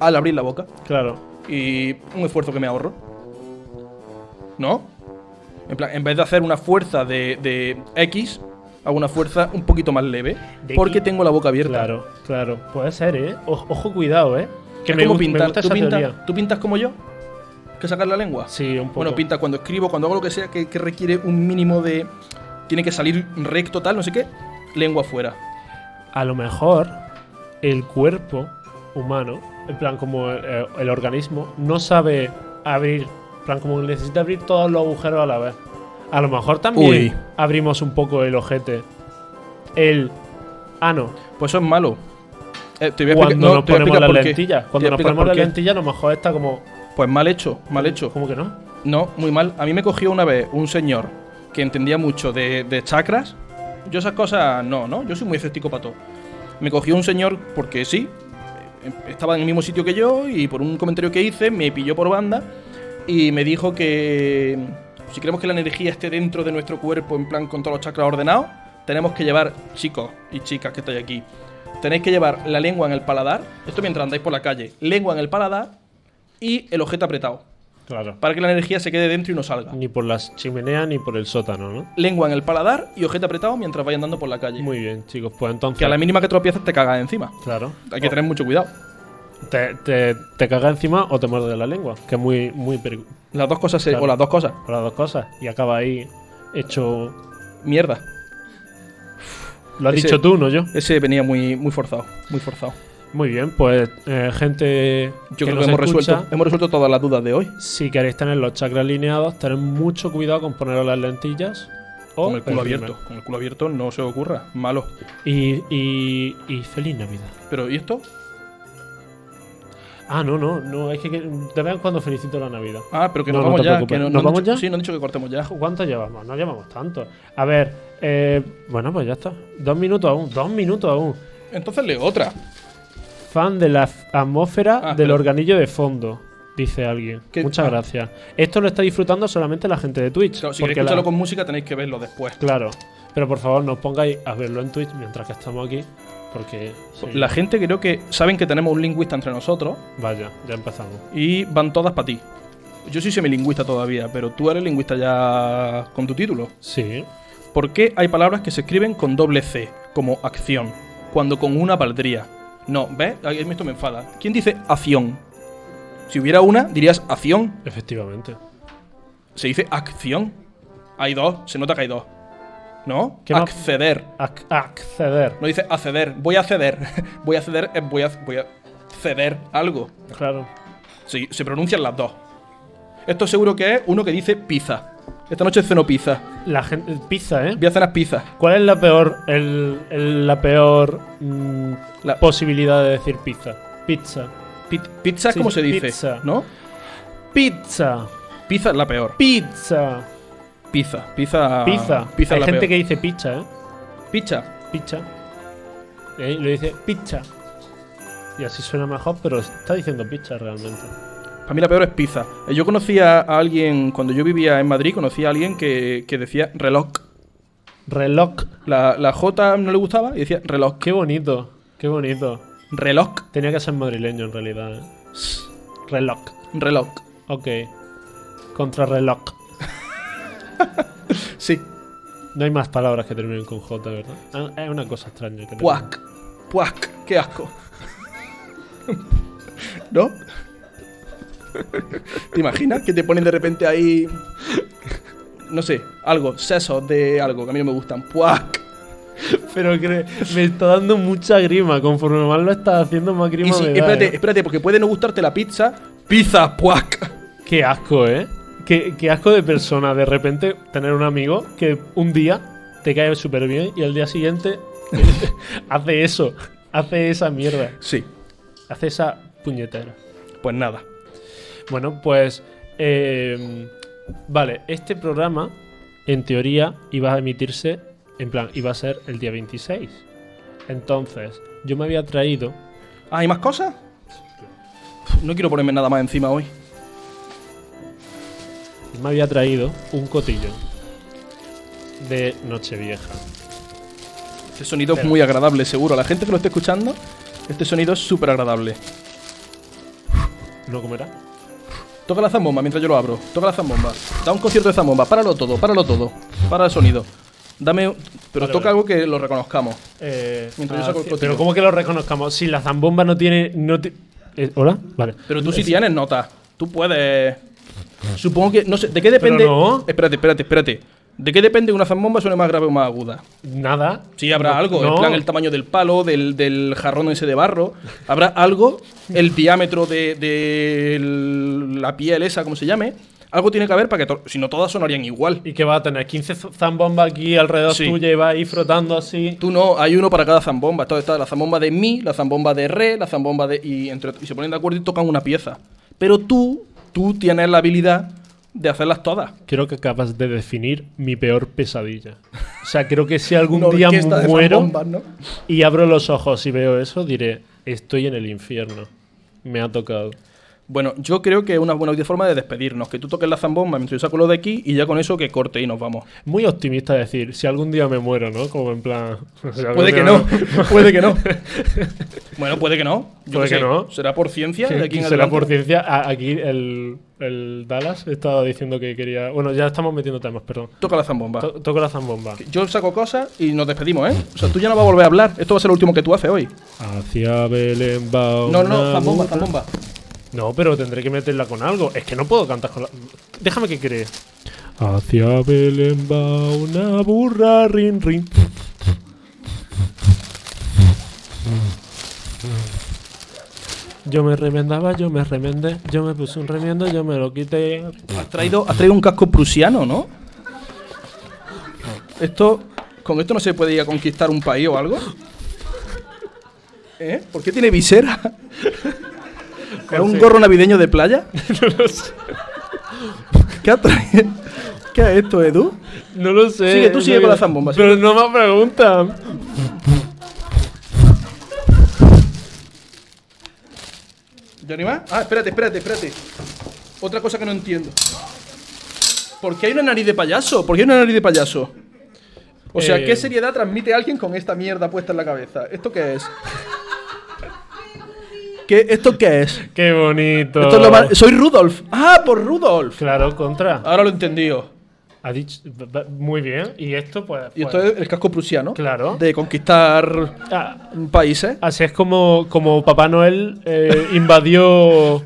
Speaker 2: al abrir la boca.
Speaker 1: Claro.
Speaker 2: y un esfuerzo que me ahorro. ¿No? En plan, en vez de hacer una fuerza de, de X, hago una fuerza un poquito más leve
Speaker 1: De
Speaker 2: porque
Speaker 1: X.
Speaker 2: tengo la boca abierta.
Speaker 1: Claro, claro. Puede ser, ¿eh? O- ojo, cuidado, ¿eh? Que
Speaker 2: es
Speaker 1: me,
Speaker 2: como
Speaker 1: gu- me
Speaker 2: pintar.
Speaker 1: gusta
Speaker 2: ¿Tú,
Speaker 1: esa
Speaker 2: pintas-
Speaker 1: teoría.
Speaker 2: tú pintas como yo? ¿Que sacar la lengua?
Speaker 1: Sí, un poco.
Speaker 2: Bueno, pinta cuando escribo, cuando hago lo que sea, que, que requiere un mínimo de. Tiene que salir recto, tal, no sé qué. Lengua afuera.
Speaker 1: A lo mejor el cuerpo humano, en plan como eh, el organismo, no sabe abrir, en plan como necesita abrir todos los agujeros a la vez. A lo mejor también
Speaker 2: Uy.
Speaker 1: abrimos un poco el ojete, el ano,
Speaker 2: Pues eso es malo. Eh, te voy a
Speaker 1: cuando
Speaker 2: explicar- no,
Speaker 1: nos
Speaker 2: te voy
Speaker 1: ponemos
Speaker 2: a explicar
Speaker 1: las
Speaker 2: por qué.
Speaker 1: lentillas.
Speaker 2: Te voy
Speaker 1: Cuando
Speaker 2: a
Speaker 1: nos
Speaker 2: explicar
Speaker 1: ponemos
Speaker 2: por
Speaker 1: las
Speaker 2: qué.
Speaker 1: lentillas, a lo mejor está como...
Speaker 2: Pues mal hecho, mal hecho.
Speaker 1: ¿Cómo que no?
Speaker 2: No, muy mal. A mí me cogió una vez un señor que entendía mucho de, de chakras. Yo esas cosas no, ¿no? Yo soy muy escéptico para todo. Me cogió un señor porque sí, eh, estaba en el mismo sitio que yo y por un comentario que hice me pilló por banda y me dijo que em, si queremos que la energía esté dentro de nuestro cuerpo, en plan con todos los chakras ordenados, tenemos que llevar, chicos y chicas que estáis aquí, tenéis que llevar la lengua en el paladar, esto mientras andáis por la calle, lengua en el paladar y el ojete apretado
Speaker 1: Claro.
Speaker 2: para que la energía se quede dentro y no salga.
Speaker 1: Ni por las chimeneas ni por el sótano, ¿no?
Speaker 2: Lengua en el paladar y ojete apretado mientras vaya andando por la calle.
Speaker 1: Muy bien, chicos. Pues entonces...
Speaker 2: que a la mínima que tropiezas te cagas encima.
Speaker 1: Claro.
Speaker 2: Hay que tener mucho cuidado.
Speaker 1: Te, te, te caga encima o te muerde la lengua, que es muy, muy peri-
Speaker 2: Las dos cosas, se-
Speaker 1: Claro.
Speaker 2: o las dos cosas.
Speaker 1: las dos cosas y acaba ahí hecho.
Speaker 2: Mierda.
Speaker 1: Lo has
Speaker 2: Ese-
Speaker 1: dicho tú, no yo.
Speaker 2: Ese venía muy, muy forzado, muy forzado.
Speaker 1: Muy bien, pues eh, gente
Speaker 2: Yo
Speaker 1: que
Speaker 2: creo
Speaker 1: nos
Speaker 2: que hemos
Speaker 1: escucha,
Speaker 2: resuelto, hemos resuelto todas las dudas de hoy.
Speaker 1: Si queréis tener los chakras alineados, tened mucho cuidado con poneros las lentillas o
Speaker 2: Con el culo
Speaker 1: perfil.
Speaker 2: abierto. Con el culo abierto no se ocurra. Malo.
Speaker 1: Y, y, y feliz Navidad.
Speaker 2: Pero ¿y esto?
Speaker 1: Ah, no, no, no, es que que de vez en cuando felicito la Navidad.
Speaker 2: Ah, pero que
Speaker 1: No,
Speaker 2: nos
Speaker 1: no
Speaker 2: vamos
Speaker 1: te
Speaker 2: ya.
Speaker 1: preocupes.
Speaker 2: que no-
Speaker 1: ¿Nos
Speaker 2: no han
Speaker 1: vamos
Speaker 2: dicho-
Speaker 1: ya?
Speaker 2: Sí, no han dicho que cortemos ya.
Speaker 1: ¿Cuánto llevamos? No llevamos tanto. A ver, eh, bueno, pues ya está. Dos minutos aún, dos minutos aún.
Speaker 2: Entonces leo otra.
Speaker 1: Fan de la f- atmósfera
Speaker 2: Ah,
Speaker 1: del
Speaker 2: pero-
Speaker 1: organillo de fondo, dice alguien.
Speaker 2: ¿Qué-
Speaker 1: Muchas
Speaker 2: ah.
Speaker 1: gracias. Esto lo está disfrutando solamente la gente de Twitch.
Speaker 2: Claro, si
Speaker 1: porque
Speaker 2: queréis escucharlo
Speaker 1: la-
Speaker 2: con música tenéis que verlo después.
Speaker 1: Claro. Pero por favor, no os pongáis a verlo en Twitch mientras que estamos aquí. Porque. sí.
Speaker 2: La gente creo que saben que tenemos un lingüista entre nosotros.
Speaker 1: Vaya, ya empezamos.
Speaker 2: y van todas para ti. Yo soy semilingüista todavía, pero tú eres lingüista ya con tu título.
Speaker 1: Sí.
Speaker 2: ¿Por qué hay palabras que se escriben con doble C, como acción, cuando con una valdría? No, ¿ves? Ay, Esto me enfada. ¿Quién dice acción? Si hubiera una, dirías acción.
Speaker 1: Efectivamente.
Speaker 2: Se dice acción. Hay dos, se nota que hay dos. ¿No?
Speaker 1: ¿Qué más?
Speaker 2: acceder.
Speaker 1: Ac- acceder.
Speaker 2: No dice acceder, voy a ceder. voy a ceder es voy a, voy a ceder algo.
Speaker 1: Claro.
Speaker 2: Sí, se pronuncian las dos. Esto seguro que es uno que dice pizza. Esta noche ceno pizza.
Speaker 1: La gente. Pizza, ¿eh?
Speaker 2: Voy a cenar pizza.
Speaker 1: ¿Cuál es la peor. el- el- la peor. mm,
Speaker 2: La-
Speaker 1: posibilidad de decir pizza? Pizza.
Speaker 2: Pi- pizza es
Speaker 1: Sí,
Speaker 2: como se dice,
Speaker 1: pizza.
Speaker 2: ¿no?
Speaker 1: Pizza.
Speaker 2: Pizza es la peor.
Speaker 1: Pizza.
Speaker 2: Pizza, pizza.
Speaker 1: Pizza.
Speaker 2: Ah, Pizza
Speaker 1: Hay
Speaker 2: es la
Speaker 1: gente
Speaker 2: peor.
Speaker 1: que dice pizza, ¿eh?
Speaker 2: Pizza.
Speaker 1: Pizza. Eh, Lo dice pizza. Y así suena mejor, pero está diciendo pizza realmente.
Speaker 2: Para mí la peor es pizza. Eh, Yo conocía a alguien, cuando yo vivía en Madrid, conocía a alguien que, que decía reloj.
Speaker 1: Reloj.
Speaker 2: La, la J no le gustaba y decía reloj.
Speaker 1: Qué bonito. Qué bonito.
Speaker 2: Reloj.
Speaker 1: Tenía que ser madrileño en realidad. ¿eh? Reloj.
Speaker 2: Reloj.
Speaker 1: Ok. Contrarreloj.
Speaker 2: Sí.
Speaker 1: No hay más palabras que terminen con J, ¿verdad? Ah, Es una cosa extraña. Que
Speaker 2: Puac. Puac. Qué asco. ¿No? ¿Te imaginas que te ponen de repente ahí. No sé, algo, sesos de algo que a mí no me gustan. Puac.
Speaker 1: tenemos. Pero que me está dando mucha grima. Conforme más lo estás haciendo, más
Speaker 2: Y
Speaker 1: grima
Speaker 2: si-
Speaker 1: me da,
Speaker 2: espérate,
Speaker 1: ¿eh?
Speaker 2: espérate, porque puede no gustarte la pizza. Pizza, puac.
Speaker 1: Qué asco, ¿eh? Qué, qué asco de persona de repente tener un amigo que un día te cae súper bien y al día siguiente hace eso, hace esa mierda,
Speaker 2: Sí,
Speaker 1: hace esa puñetera.
Speaker 2: pues nada.
Speaker 1: Bueno, pues... eh, vale, este programa en teoría iba a emitirse, en plan, iba a ser el día 26. Entonces, yo me había traído...
Speaker 2: Ah, ¿Hay más cosas? Pf, No quiero ponerme nada más encima hoy.
Speaker 1: me había traído un cotillo de Nochevieja.
Speaker 2: Este sonido es muy agradable, seguro. A la gente que lo esté escuchando, este sonido es súper agradable.
Speaker 1: ¿No comerá?
Speaker 2: Toca la zambomba mientras yo lo abro. Toca la zambomba. Da un concierto de zambomba. Páralo todo, páralo todo. Para el sonido. Dame. un- Pero
Speaker 1: Vale,
Speaker 2: toca
Speaker 1: vale.
Speaker 2: algo que lo reconozcamos.
Speaker 1: Eh,
Speaker 2: Mientras yo saco el
Speaker 1: hacia-
Speaker 2: código.
Speaker 1: pero ¿cómo que lo reconozcamos? Si la zambomba no tiene. No ti- eh, ¿Hola? Vale.
Speaker 2: Pero tú sí tienes notas. Tú puedes. Supongo que. No sé. ¿De qué depende?
Speaker 1: no.
Speaker 2: Espérate, espérate, espérate. ¿De qué depende que una zambomba suene más grave o más aguda?
Speaker 1: Nada.
Speaker 2: Sí, habrá
Speaker 1: No,
Speaker 2: algo. En
Speaker 1: no.
Speaker 2: plan, el tamaño del palo, del, del jarrón ese de barro. Habrá algo. El diámetro de, de el- la piel esa, como se llame. Algo tiene que haber para que. to- Si no, todas sonarían igual.
Speaker 1: ¿Y que va a tener? 15 z- zambombas aquí alrededor
Speaker 2: Sí.
Speaker 1: tuya y va ahí frotando así.
Speaker 2: Tú no, hay uno para cada zambomba. Entonces está la zambomba de mi, la zambomba de re, la zambomba de. Y, entre, y se ponen de acuerdo y tocan una pieza. Pero tú, tú tienes la habilidad de hacerlas todas.
Speaker 1: Creo que acabas de definir mi peor pesadilla. O sea, creo que si algún
Speaker 2: Una
Speaker 1: día
Speaker 2: orquesta de
Speaker 1: muero
Speaker 2: zambombas, ¿no?
Speaker 1: y abro los ojos y veo eso, diré, estoy en el infierno. Me ha tocado.
Speaker 2: Bueno, yo creo que es una buena forma de despedirnos. Que tú toques la zambomba mientras yo saco lo de aquí y ya con eso que corte y nos vamos.
Speaker 1: Muy optimista decir, si algún día me muero, ¿no? Como en plan... o sea, algún
Speaker 2: Puede que
Speaker 1: día
Speaker 2: no,
Speaker 1: me-
Speaker 2: puede que no. Bueno, puede que no. Yo
Speaker 1: Puede
Speaker 2: qué
Speaker 1: que
Speaker 2: sé.
Speaker 1: no.
Speaker 2: ¿Será por ciencia? de aquí en
Speaker 1: será por
Speaker 2: adelante?
Speaker 1: ciencia. A- ah, Aquí el, el Dallas estaba diciendo que quería... Bueno, ya estamos metiendo temas, perdón.
Speaker 2: Toca la zambomba.
Speaker 1: To- toco la zambomba.
Speaker 2: Yo saco cosas y nos despedimos, ¿eh? O sea, tú ya no vas a volver a hablar. Esto va a ser lo último que tú haces hoy.
Speaker 1: Hacia Belén va
Speaker 2: No, no,
Speaker 1: una
Speaker 2: zambomba,
Speaker 1: bu-
Speaker 2: zambomba.
Speaker 1: No, pero tendré que meterla con algo. Es que no puedo cantar con la... Déjame que cree. Hacia Belén va una burra, rin, rin. Yo me remendaba, yo me remendé, yo me puse un remiendo, yo me lo quité.
Speaker 2: Has traído, has traído un casco prusiano, ¿no? Esto. ¿Con esto no se puede ir a conquistar un país o algo? ¿Eh? ¿Por qué tiene visera? ¿Es un gorro navideño de playa? ¿Qué ha traído? ¿Qué es esto, Edu?
Speaker 1: No lo sé.
Speaker 2: Sigue, tú
Speaker 1: no
Speaker 2: sigue con
Speaker 1: yo-
Speaker 2: la zambomba, sí.
Speaker 1: Pero no me preguntan.
Speaker 2: ¿Johnny más? Ah, espérate, espérate, espérate. Otra cosa que no entiendo. ¿Por qué hay una nariz de payaso? ¿Por qué hay una nariz de payaso? O sea,
Speaker 1: Eh,
Speaker 2: ¿qué seriedad transmite alguien con esta mierda puesta en la cabeza? ¿Esto qué es? ¿Qué, ¿Esto qué es?
Speaker 1: Qué bonito.
Speaker 2: Esto es lo más- Soy Rudolf. Ah, por Rudolf.
Speaker 1: Claro, contra.
Speaker 2: Ahora lo he entendido.
Speaker 1: Ha dicho b- b- muy bien. Y esto, pues.
Speaker 2: Y esto
Speaker 1: pues,
Speaker 2: es el casco prusiano.
Speaker 1: Claro.
Speaker 2: De conquistar ¿eh?
Speaker 1: ah,
Speaker 2: países.
Speaker 1: así es como, como Papá Noel eh, invadió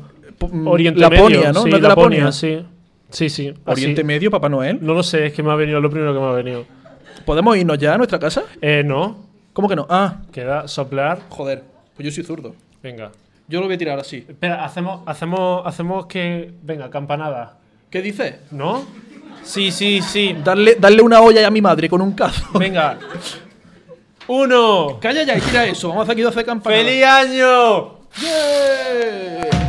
Speaker 1: Oriente
Speaker 2: mm, Laponia,
Speaker 1: Medio.
Speaker 2: ¿no?
Speaker 1: Sí,
Speaker 2: ¿No es de
Speaker 1: Laponia,
Speaker 2: Laponia?
Speaker 1: sí. Sí, ¿Ah, sí. así.
Speaker 2: Oriente Medio, Papá Noel.
Speaker 1: No lo sé, es que me ha venido lo primero que me ha venido.
Speaker 2: ¿Podemos irnos ya a nuestra casa?
Speaker 1: Eh, no.
Speaker 2: ¿Cómo que no? Ah,
Speaker 1: Queda soplar.
Speaker 2: joder. Pues yo soy zurdo.
Speaker 1: Venga.
Speaker 2: Yo lo voy a tirar así.
Speaker 1: Espera, hacemos, hacemos, hacemos que. Venga, campanada.
Speaker 2: ¿Qué dices?
Speaker 1: ¿No? Sí, sí, sí.
Speaker 2: Darle, darle una olla a mi madre con un cazo.
Speaker 1: Venga. Uno.
Speaker 2: Calla ya y tira eso. Vamos a hacer aquí 12 campanas.
Speaker 1: ¡Feliz año!
Speaker 2: ¡Yeah!